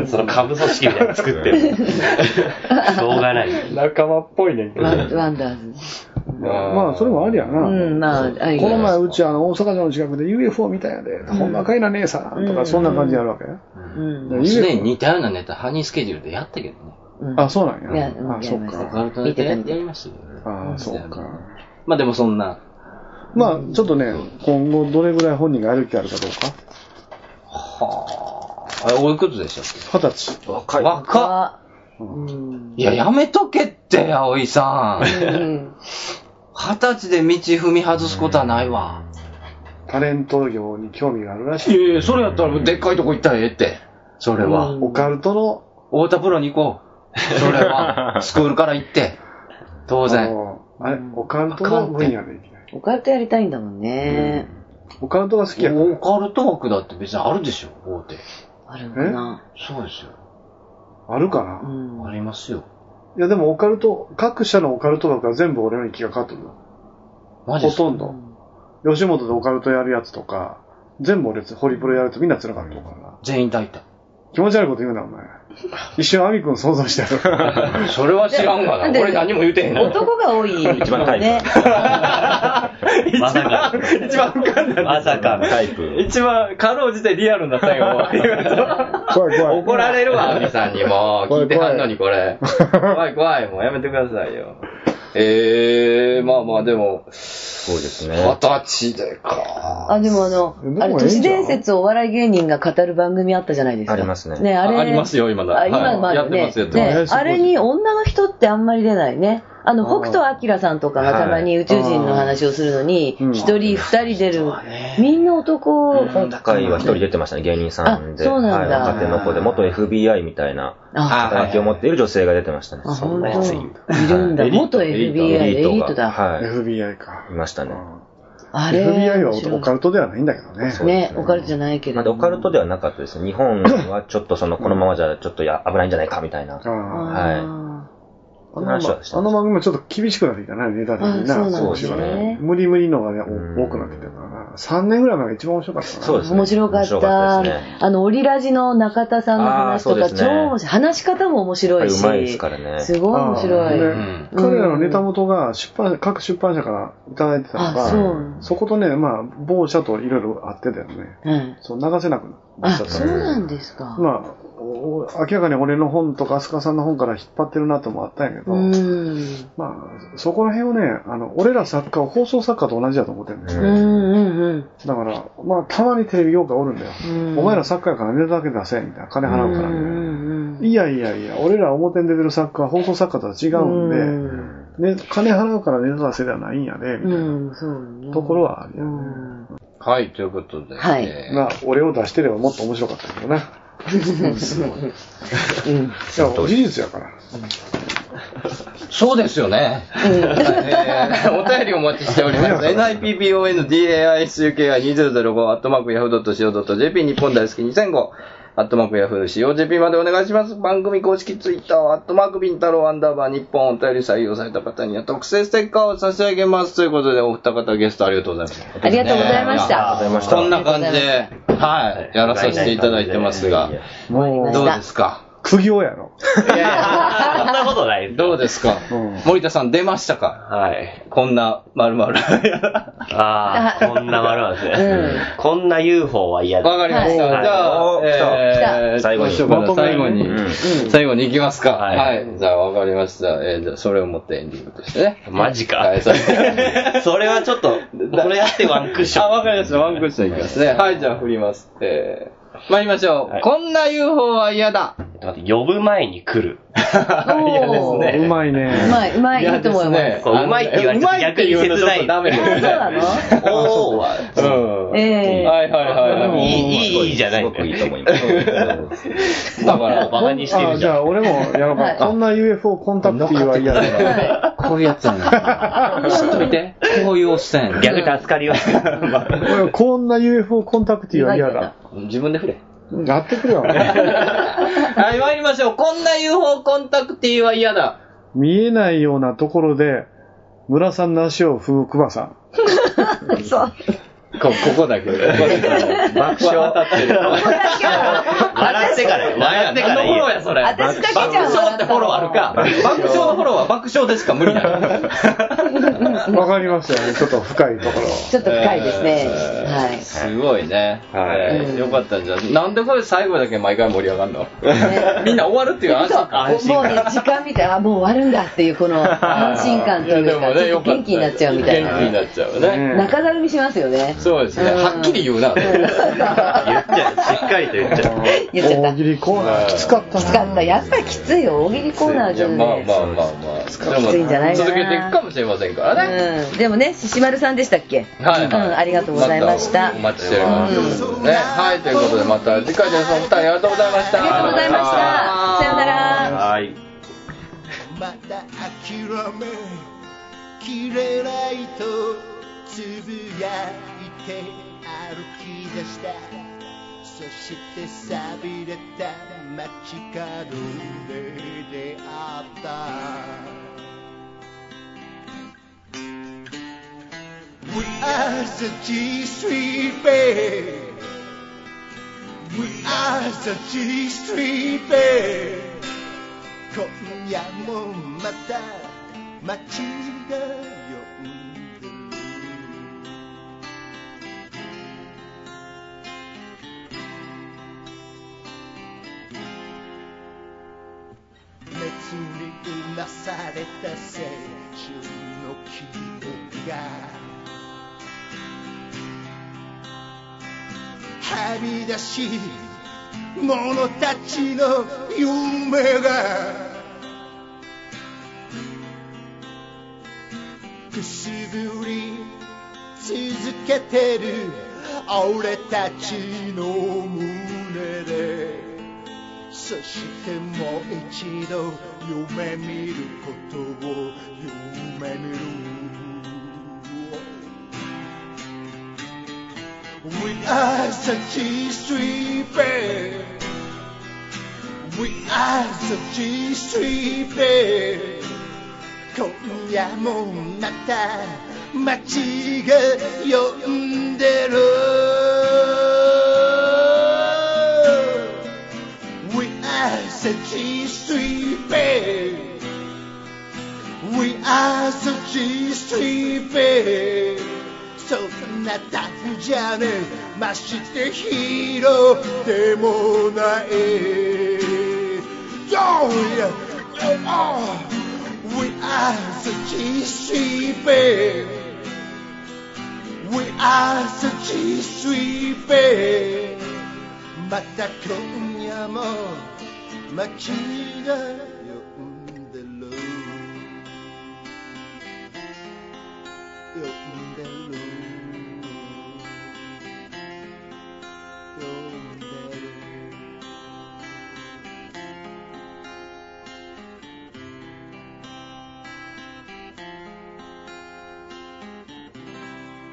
[SPEAKER 5] その下部組織みたいなの作ってる。しょうがない。
[SPEAKER 2] 仲間っぽいね。
[SPEAKER 3] ワンワンダーズ。
[SPEAKER 1] まあ、それもありやな。
[SPEAKER 3] うん、まあ、あり
[SPEAKER 1] この前、うちあの大阪城の近くで UFO 見たんやで、ほんまかいな姉さんとか、そんな感じやるわけ。
[SPEAKER 3] うん。
[SPEAKER 2] もうすでに似たようなネタ、ハニースケジュールでやったけどね。
[SPEAKER 1] あ、そうなん
[SPEAKER 3] い
[SPEAKER 1] や
[SPEAKER 3] や。うん
[SPEAKER 1] あ、そうか。
[SPEAKER 2] オカルトネタややりましたけどね。
[SPEAKER 1] ああ、そうか。
[SPEAKER 2] まあでもそんな。
[SPEAKER 1] まあ、ちょっとね、今後どれぐらい本人がやる気あるかどうか。
[SPEAKER 2] はあ。あれ、おいくつでしたっけ
[SPEAKER 1] 二十歳。
[SPEAKER 2] 若い。若っ
[SPEAKER 3] あうん。
[SPEAKER 2] いや、やめとけって、葵 さん。
[SPEAKER 3] うん
[SPEAKER 2] 二十歳で道踏み外すことはないわ。
[SPEAKER 1] タレント業に興味があるら
[SPEAKER 2] い
[SPEAKER 1] しい。
[SPEAKER 2] やいや、それやったらでっかいとこ行ったらええって。それは。
[SPEAKER 1] オカルトの、
[SPEAKER 2] 太田プロに行こう。それ は。スクールから行って。当
[SPEAKER 1] あ
[SPEAKER 2] 然。
[SPEAKER 1] のあれ、オカルトの分野でいきない。
[SPEAKER 3] オカルトやりたいんだもんね。
[SPEAKER 1] オカルトが好きやから。
[SPEAKER 2] オカルト枠だって別にあるでしょ、大手。
[SPEAKER 3] あるのかな。
[SPEAKER 2] そうですよ。
[SPEAKER 1] あるかな、
[SPEAKER 3] うん。
[SPEAKER 2] ありますよ。
[SPEAKER 1] いや、でもオカルト、各社のオカルト枠は全部俺のに気がかかってるの。
[SPEAKER 2] マジ
[SPEAKER 1] ほ
[SPEAKER 2] ですか
[SPEAKER 1] とんど。吉本でオカルトやるやつとか、全部俺、ホリプロやるとみんな辛かったからな。
[SPEAKER 2] 全員抱いた。
[SPEAKER 1] 気持ち悪いこと言うな、お前。一瞬、アミ君想像してる。
[SPEAKER 2] それは知らんがな。
[SPEAKER 3] で
[SPEAKER 2] 俺何も言うてへんの。
[SPEAKER 3] 男が多いよね。
[SPEAKER 4] 一番タイプ
[SPEAKER 5] まさか、
[SPEAKER 2] 一番浮かんだ。
[SPEAKER 5] まさか。
[SPEAKER 4] タイプ。
[SPEAKER 2] 一番、かろうじてリアルな対応。
[SPEAKER 1] 怖い怖い。
[SPEAKER 2] 怒られるわ、アミさんにも。聞いてはんのに、これ。怖い怖い、もうやめてくださいよ。ええー、まあまあでも、
[SPEAKER 4] そうですね。
[SPEAKER 2] 二十歳でか。
[SPEAKER 3] あ、でもあの
[SPEAKER 1] で、も
[SPEAKER 3] あれ、
[SPEAKER 1] ええん
[SPEAKER 3] 都
[SPEAKER 1] ちゃう
[SPEAKER 3] 市伝説をお笑い芸人が語る番組あったじゃないですか。
[SPEAKER 4] ありますね
[SPEAKER 3] ね、あれ。
[SPEAKER 2] あありますよ今だ
[SPEAKER 3] あ今ま
[SPEAKER 2] はい
[SPEAKER 3] で、ね
[SPEAKER 2] やってますやってます
[SPEAKER 3] ね、あれに女の人ってあんまり出ないね。あの、北斗晶さんとかがたまに宇宙人の話をするのに、
[SPEAKER 1] うん
[SPEAKER 3] 一人二人出る。みんな
[SPEAKER 9] の男を、
[SPEAKER 4] 今回は一人出てましたね、芸人さんで。
[SPEAKER 9] あそうなんだ
[SPEAKER 4] はい、若手の子で、元 FBI みたいな、
[SPEAKER 9] あ
[SPEAKER 4] 働きを持っている女性が出てましたね。
[SPEAKER 9] あ
[SPEAKER 4] そんなやついる。
[SPEAKER 9] いるんだ。元 FBI、エ
[SPEAKER 4] エ
[SPEAKER 9] リ
[SPEAKER 4] リ
[SPEAKER 9] ー
[SPEAKER 4] ー
[SPEAKER 9] ト
[SPEAKER 4] ト
[SPEAKER 9] だ。
[SPEAKER 4] がはい。
[SPEAKER 1] FBI か。
[SPEAKER 4] いましたね。
[SPEAKER 9] あれ
[SPEAKER 1] FBI はオカルトではないんだけどね。
[SPEAKER 9] ね、オカルトじゃないけ
[SPEAKER 4] ま
[SPEAKER 9] ど。
[SPEAKER 4] だオカルトではなかったですね。日本はちょっとその、このままじゃちょっとや危ないんじゃないかみたいな。はい。
[SPEAKER 1] あの
[SPEAKER 4] 話は
[SPEAKER 1] あの番組もちょっと厳しくなってきたな、ネタ的にな。
[SPEAKER 9] あそうなんですね
[SPEAKER 1] 今年は無理無理のがね、お多くなってきたからな。3年ぐらい前が一番面白かったかな。
[SPEAKER 4] そうですね
[SPEAKER 9] 面白かった。
[SPEAKER 4] 面白かったですね
[SPEAKER 9] あの、オリラジの中田さんの話と
[SPEAKER 4] あ
[SPEAKER 9] か、
[SPEAKER 4] ーそうです
[SPEAKER 9] 超
[SPEAKER 4] ね
[SPEAKER 9] 面白い。話し方も面白いし。
[SPEAKER 4] うまいですからね。
[SPEAKER 9] すごい面白い。
[SPEAKER 1] あー
[SPEAKER 9] うん
[SPEAKER 1] で彼らのネタ元が出版、各出版社からいただいてたの
[SPEAKER 9] あ
[SPEAKER 1] が、
[SPEAKER 9] そう
[SPEAKER 1] そことね、まあ、某社といろいろあってたよね。
[SPEAKER 9] うん。
[SPEAKER 1] そう流せなくな
[SPEAKER 9] あ、
[SPEAKER 1] っちゃった
[SPEAKER 9] そうなんですか。
[SPEAKER 1] まあ、お明らかに俺の本とか、飛鳥さんの本から引っ張ってるなともあったんやけど、
[SPEAKER 9] うん。
[SPEAKER 1] まあ、そこら辺をね、あの、俺ら作家を放送作家と同じだと思ってるんだ
[SPEAKER 9] う
[SPEAKER 1] よ
[SPEAKER 9] んう
[SPEAKER 1] ね。
[SPEAKER 9] んうん。
[SPEAKER 1] だから、まあ、たまにテレビ業界おるんだよ。
[SPEAKER 9] うん
[SPEAKER 1] お前ら作家やからネタだけ出せ、みたいな。金払うから、
[SPEAKER 9] う
[SPEAKER 1] みたいな。
[SPEAKER 9] んうん。
[SPEAKER 1] いやいやいや、俺ら表に出てる作家は放送作家とは違うんで、ね、金払うからネタ出せではないんやで、みたい
[SPEAKER 9] うん、そうね
[SPEAKER 1] なところはあるよね。
[SPEAKER 2] はい、ということで。
[SPEAKER 9] はい
[SPEAKER 2] えー
[SPEAKER 1] まあ、俺を出してればもっと面白かったけどね。
[SPEAKER 2] すごい
[SPEAKER 9] うん。
[SPEAKER 1] いや、事実やから。
[SPEAKER 2] そうですよね。 えーお便りお待ちしております。nippondaisuki2005 アットマークヤフー .co.jp 日本大好き2005アットマークヤフー .co.jp までお願いします。番組公式ツイッターはアットマークビンタローアンダーバー日本お便り採用された方には特製ステッカーを差し上げます。ということでお二方ゲストありがとうございました。
[SPEAKER 9] ありがとうございました。
[SPEAKER 4] ありがとうございました。
[SPEAKER 2] こんな感じで、はい、やらさせていただいてますが、
[SPEAKER 1] も
[SPEAKER 2] どうですか
[SPEAKER 1] 苦行やろ。
[SPEAKER 5] そんなことないです。
[SPEAKER 2] どうですか、
[SPEAKER 1] うん
[SPEAKER 2] 森田さん出ましたか
[SPEAKER 5] はい。
[SPEAKER 2] こんな丸々。
[SPEAKER 5] ああ、こんな丸なんですね。こんな UFO は嫌だ。
[SPEAKER 2] わかりました。
[SPEAKER 5] はい
[SPEAKER 2] じ
[SPEAKER 4] おー来
[SPEAKER 2] ゃあ、えー、
[SPEAKER 4] 最後
[SPEAKER 2] どう
[SPEAKER 4] に
[SPEAKER 2] しようかな
[SPEAKER 1] まとめ
[SPEAKER 2] 最後に、
[SPEAKER 4] うん
[SPEAKER 2] 最後に行きますか。
[SPEAKER 5] はい
[SPEAKER 2] はい。じゃあ、わかりました。えー、じゃあ、それを持ってエンディングとしてね。
[SPEAKER 5] マジか。
[SPEAKER 2] はい、それ。
[SPEAKER 5] それはちょっと、これやってワンクッショ ン。
[SPEAKER 2] あ、わかりました。ワンクッションいきますね。はい、じゃあ、振ります。えー、参りましょう。
[SPEAKER 5] はい
[SPEAKER 2] こんな UFO は嫌だ。
[SPEAKER 5] 待って呼ぶ前に来る。
[SPEAKER 2] 嫌です
[SPEAKER 9] お
[SPEAKER 2] ね。
[SPEAKER 1] うまいね。
[SPEAKER 9] うまい、うまい、いいと思います。
[SPEAKER 5] こううまいって言われて
[SPEAKER 2] うまいって言うのちょっとダメですね。
[SPEAKER 9] そ
[SPEAKER 5] おーは、
[SPEAKER 2] うん。
[SPEAKER 9] ええ
[SPEAKER 2] はいはいはいはい
[SPEAKER 5] い、いい、いいじゃない
[SPEAKER 4] す
[SPEAKER 5] ん
[SPEAKER 4] ご
[SPEAKER 5] だ
[SPEAKER 4] く
[SPEAKER 5] よ
[SPEAKER 4] いいと思います。
[SPEAKER 2] い。だから、
[SPEAKER 5] バカにして
[SPEAKER 1] あ
[SPEAKER 5] る
[SPEAKER 1] じ
[SPEAKER 5] じ
[SPEAKER 1] ゃ
[SPEAKER 5] ゃん。
[SPEAKER 1] あ俺もやろう
[SPEAKER 9] はい
[SPEAKER 1] か。こんな UFO コンタクティーは嫌だな。
[SPEAKER 2] こういうやつなんだ。 ちょっと見て。こういうおっさんやねん
[SPEAKER 5] 逆助かりは。
[SPEAKER 1] 俺こんな UFO コンタクティーは嫌だ。
[SPEAKER 2] 自分で振れ。
[SPEAKER 1] やってくれよ。
[SPEAKER 2] はい、参りましょう。こんな UFO コンタクティは嫌だ。
[SPEAKER 1] 見えないようなところで、村さんの足を踏む熊さん。
[SPEAKER 9] そう。
[SPEAKER 2] こ、ここだ け。ここだけ。爆笑当たってる。
[SPEAKER 5] 笑ってから、笑ってからいい
[SPEAKER 2] 何のフォロー
[SPEAKER 5] よ。
[SPEAKER 2] や、それ。
[SPEAKER 9] 私だけじゃん
[SPEAKER 2] 爆笑ってフォローあるか。爆笑のフォローは爆笑でしか無理なの。
[SPEAKER 1] わかりましたよね。ちょっと深いところ。
[SPEAKER 9] ちょっと深いですね。
[SPEAKER 2] えー
[SPEAKER 9] はい。
[SPEAKER 2] すごいね。
[SPEAKER 4] はい
[SPEAKER 2] えーよかったんじゃん。なんでこれ最後だけ毎回盛り上がるのみんな終わるっていう安心感。安心
[SPEAKER 9] もうね、時間見て、あ、もう終わるんだっていう、この安心感と
[SPEAKER 2] いや
[SPEAKER 9] い
[SPEAKER 2] で
[SPEAKER 9] う
[SPEAKER 2] も
[SPEAKER 9] か、
[SPEAKER 2] ね、
[SPEAKER 9] ちょ
[SPEAKER 2] よ
[SPEAKER 9] っ
[SPEAKER 2] か
[SPEAKER 9] と
[SPEAKER 2] った。
[SPEAKER 9] 元気になっちゃうみたい
[SPEAKER 2] 元気に
[SPEAKER 9] な。
[SPEAKER 2] なっちゃうね。
[SPEAKER 9] 中だるみしますよね。
[SPEAKER 2] そうですね。
[SPEAKER 9] うん
[SPEAKER 2] はっきり言うな。
[SPEAKER 5] 言っちゃう。しっかりと言っちゃう。
[SPEAKER 9] 言っちゃった
[SPEAKER 1] 大喜利コーナーきつかった
[SPEAKER 9] きつかった。やっぱりきついよ。大喜利コーナー
[SPEAKER 2] い
[SPEAKER 9] じゃ
[SPEAKER 2] や、
[SPEAKER 9] ね。
[SPEAKER 2] まあまあまあまあ。
[SPEAKER 9] きついんじゃないかな
[SPEAKER 2] 続けていくかもしれませんからね。
[SPEAKER 9] うん。でもね、獅子丸さんでしたっけ
[SPEAKER 2] はい、
[SPEAKER 9] うん、ありがとうございました。
[SPEAKER 2] たお待ちしております、
[SPEAKER 9] う
[SPEAKER 2] ね、はいということでまた次回ですお二人ありがとうございました
[SPEAKER 9] ありがとうございました。さようなら。
[SPEAKER 5] はい。
[SPEAKER 10] また諦めきれないとつぶやいて歩き出したそして錆びれた街角で出会った We are the G Street Band We are the G Street Band 今夜もまた街が呼んでる熱にうなされた青春の記憶がはみ出し者たちの夢がくすぶり続けてる俺たちの胸でそしてもう一度夢見ることを夢見る We are such a street band We are such a street band 今夜もまた街が呼んでる We are such a street band We are such a street band そんなタフじゃねえましてヒーローでもない Oh yeah! Oh! We are such a street band We are such a street band また今夜も街が呼んでる呼んでる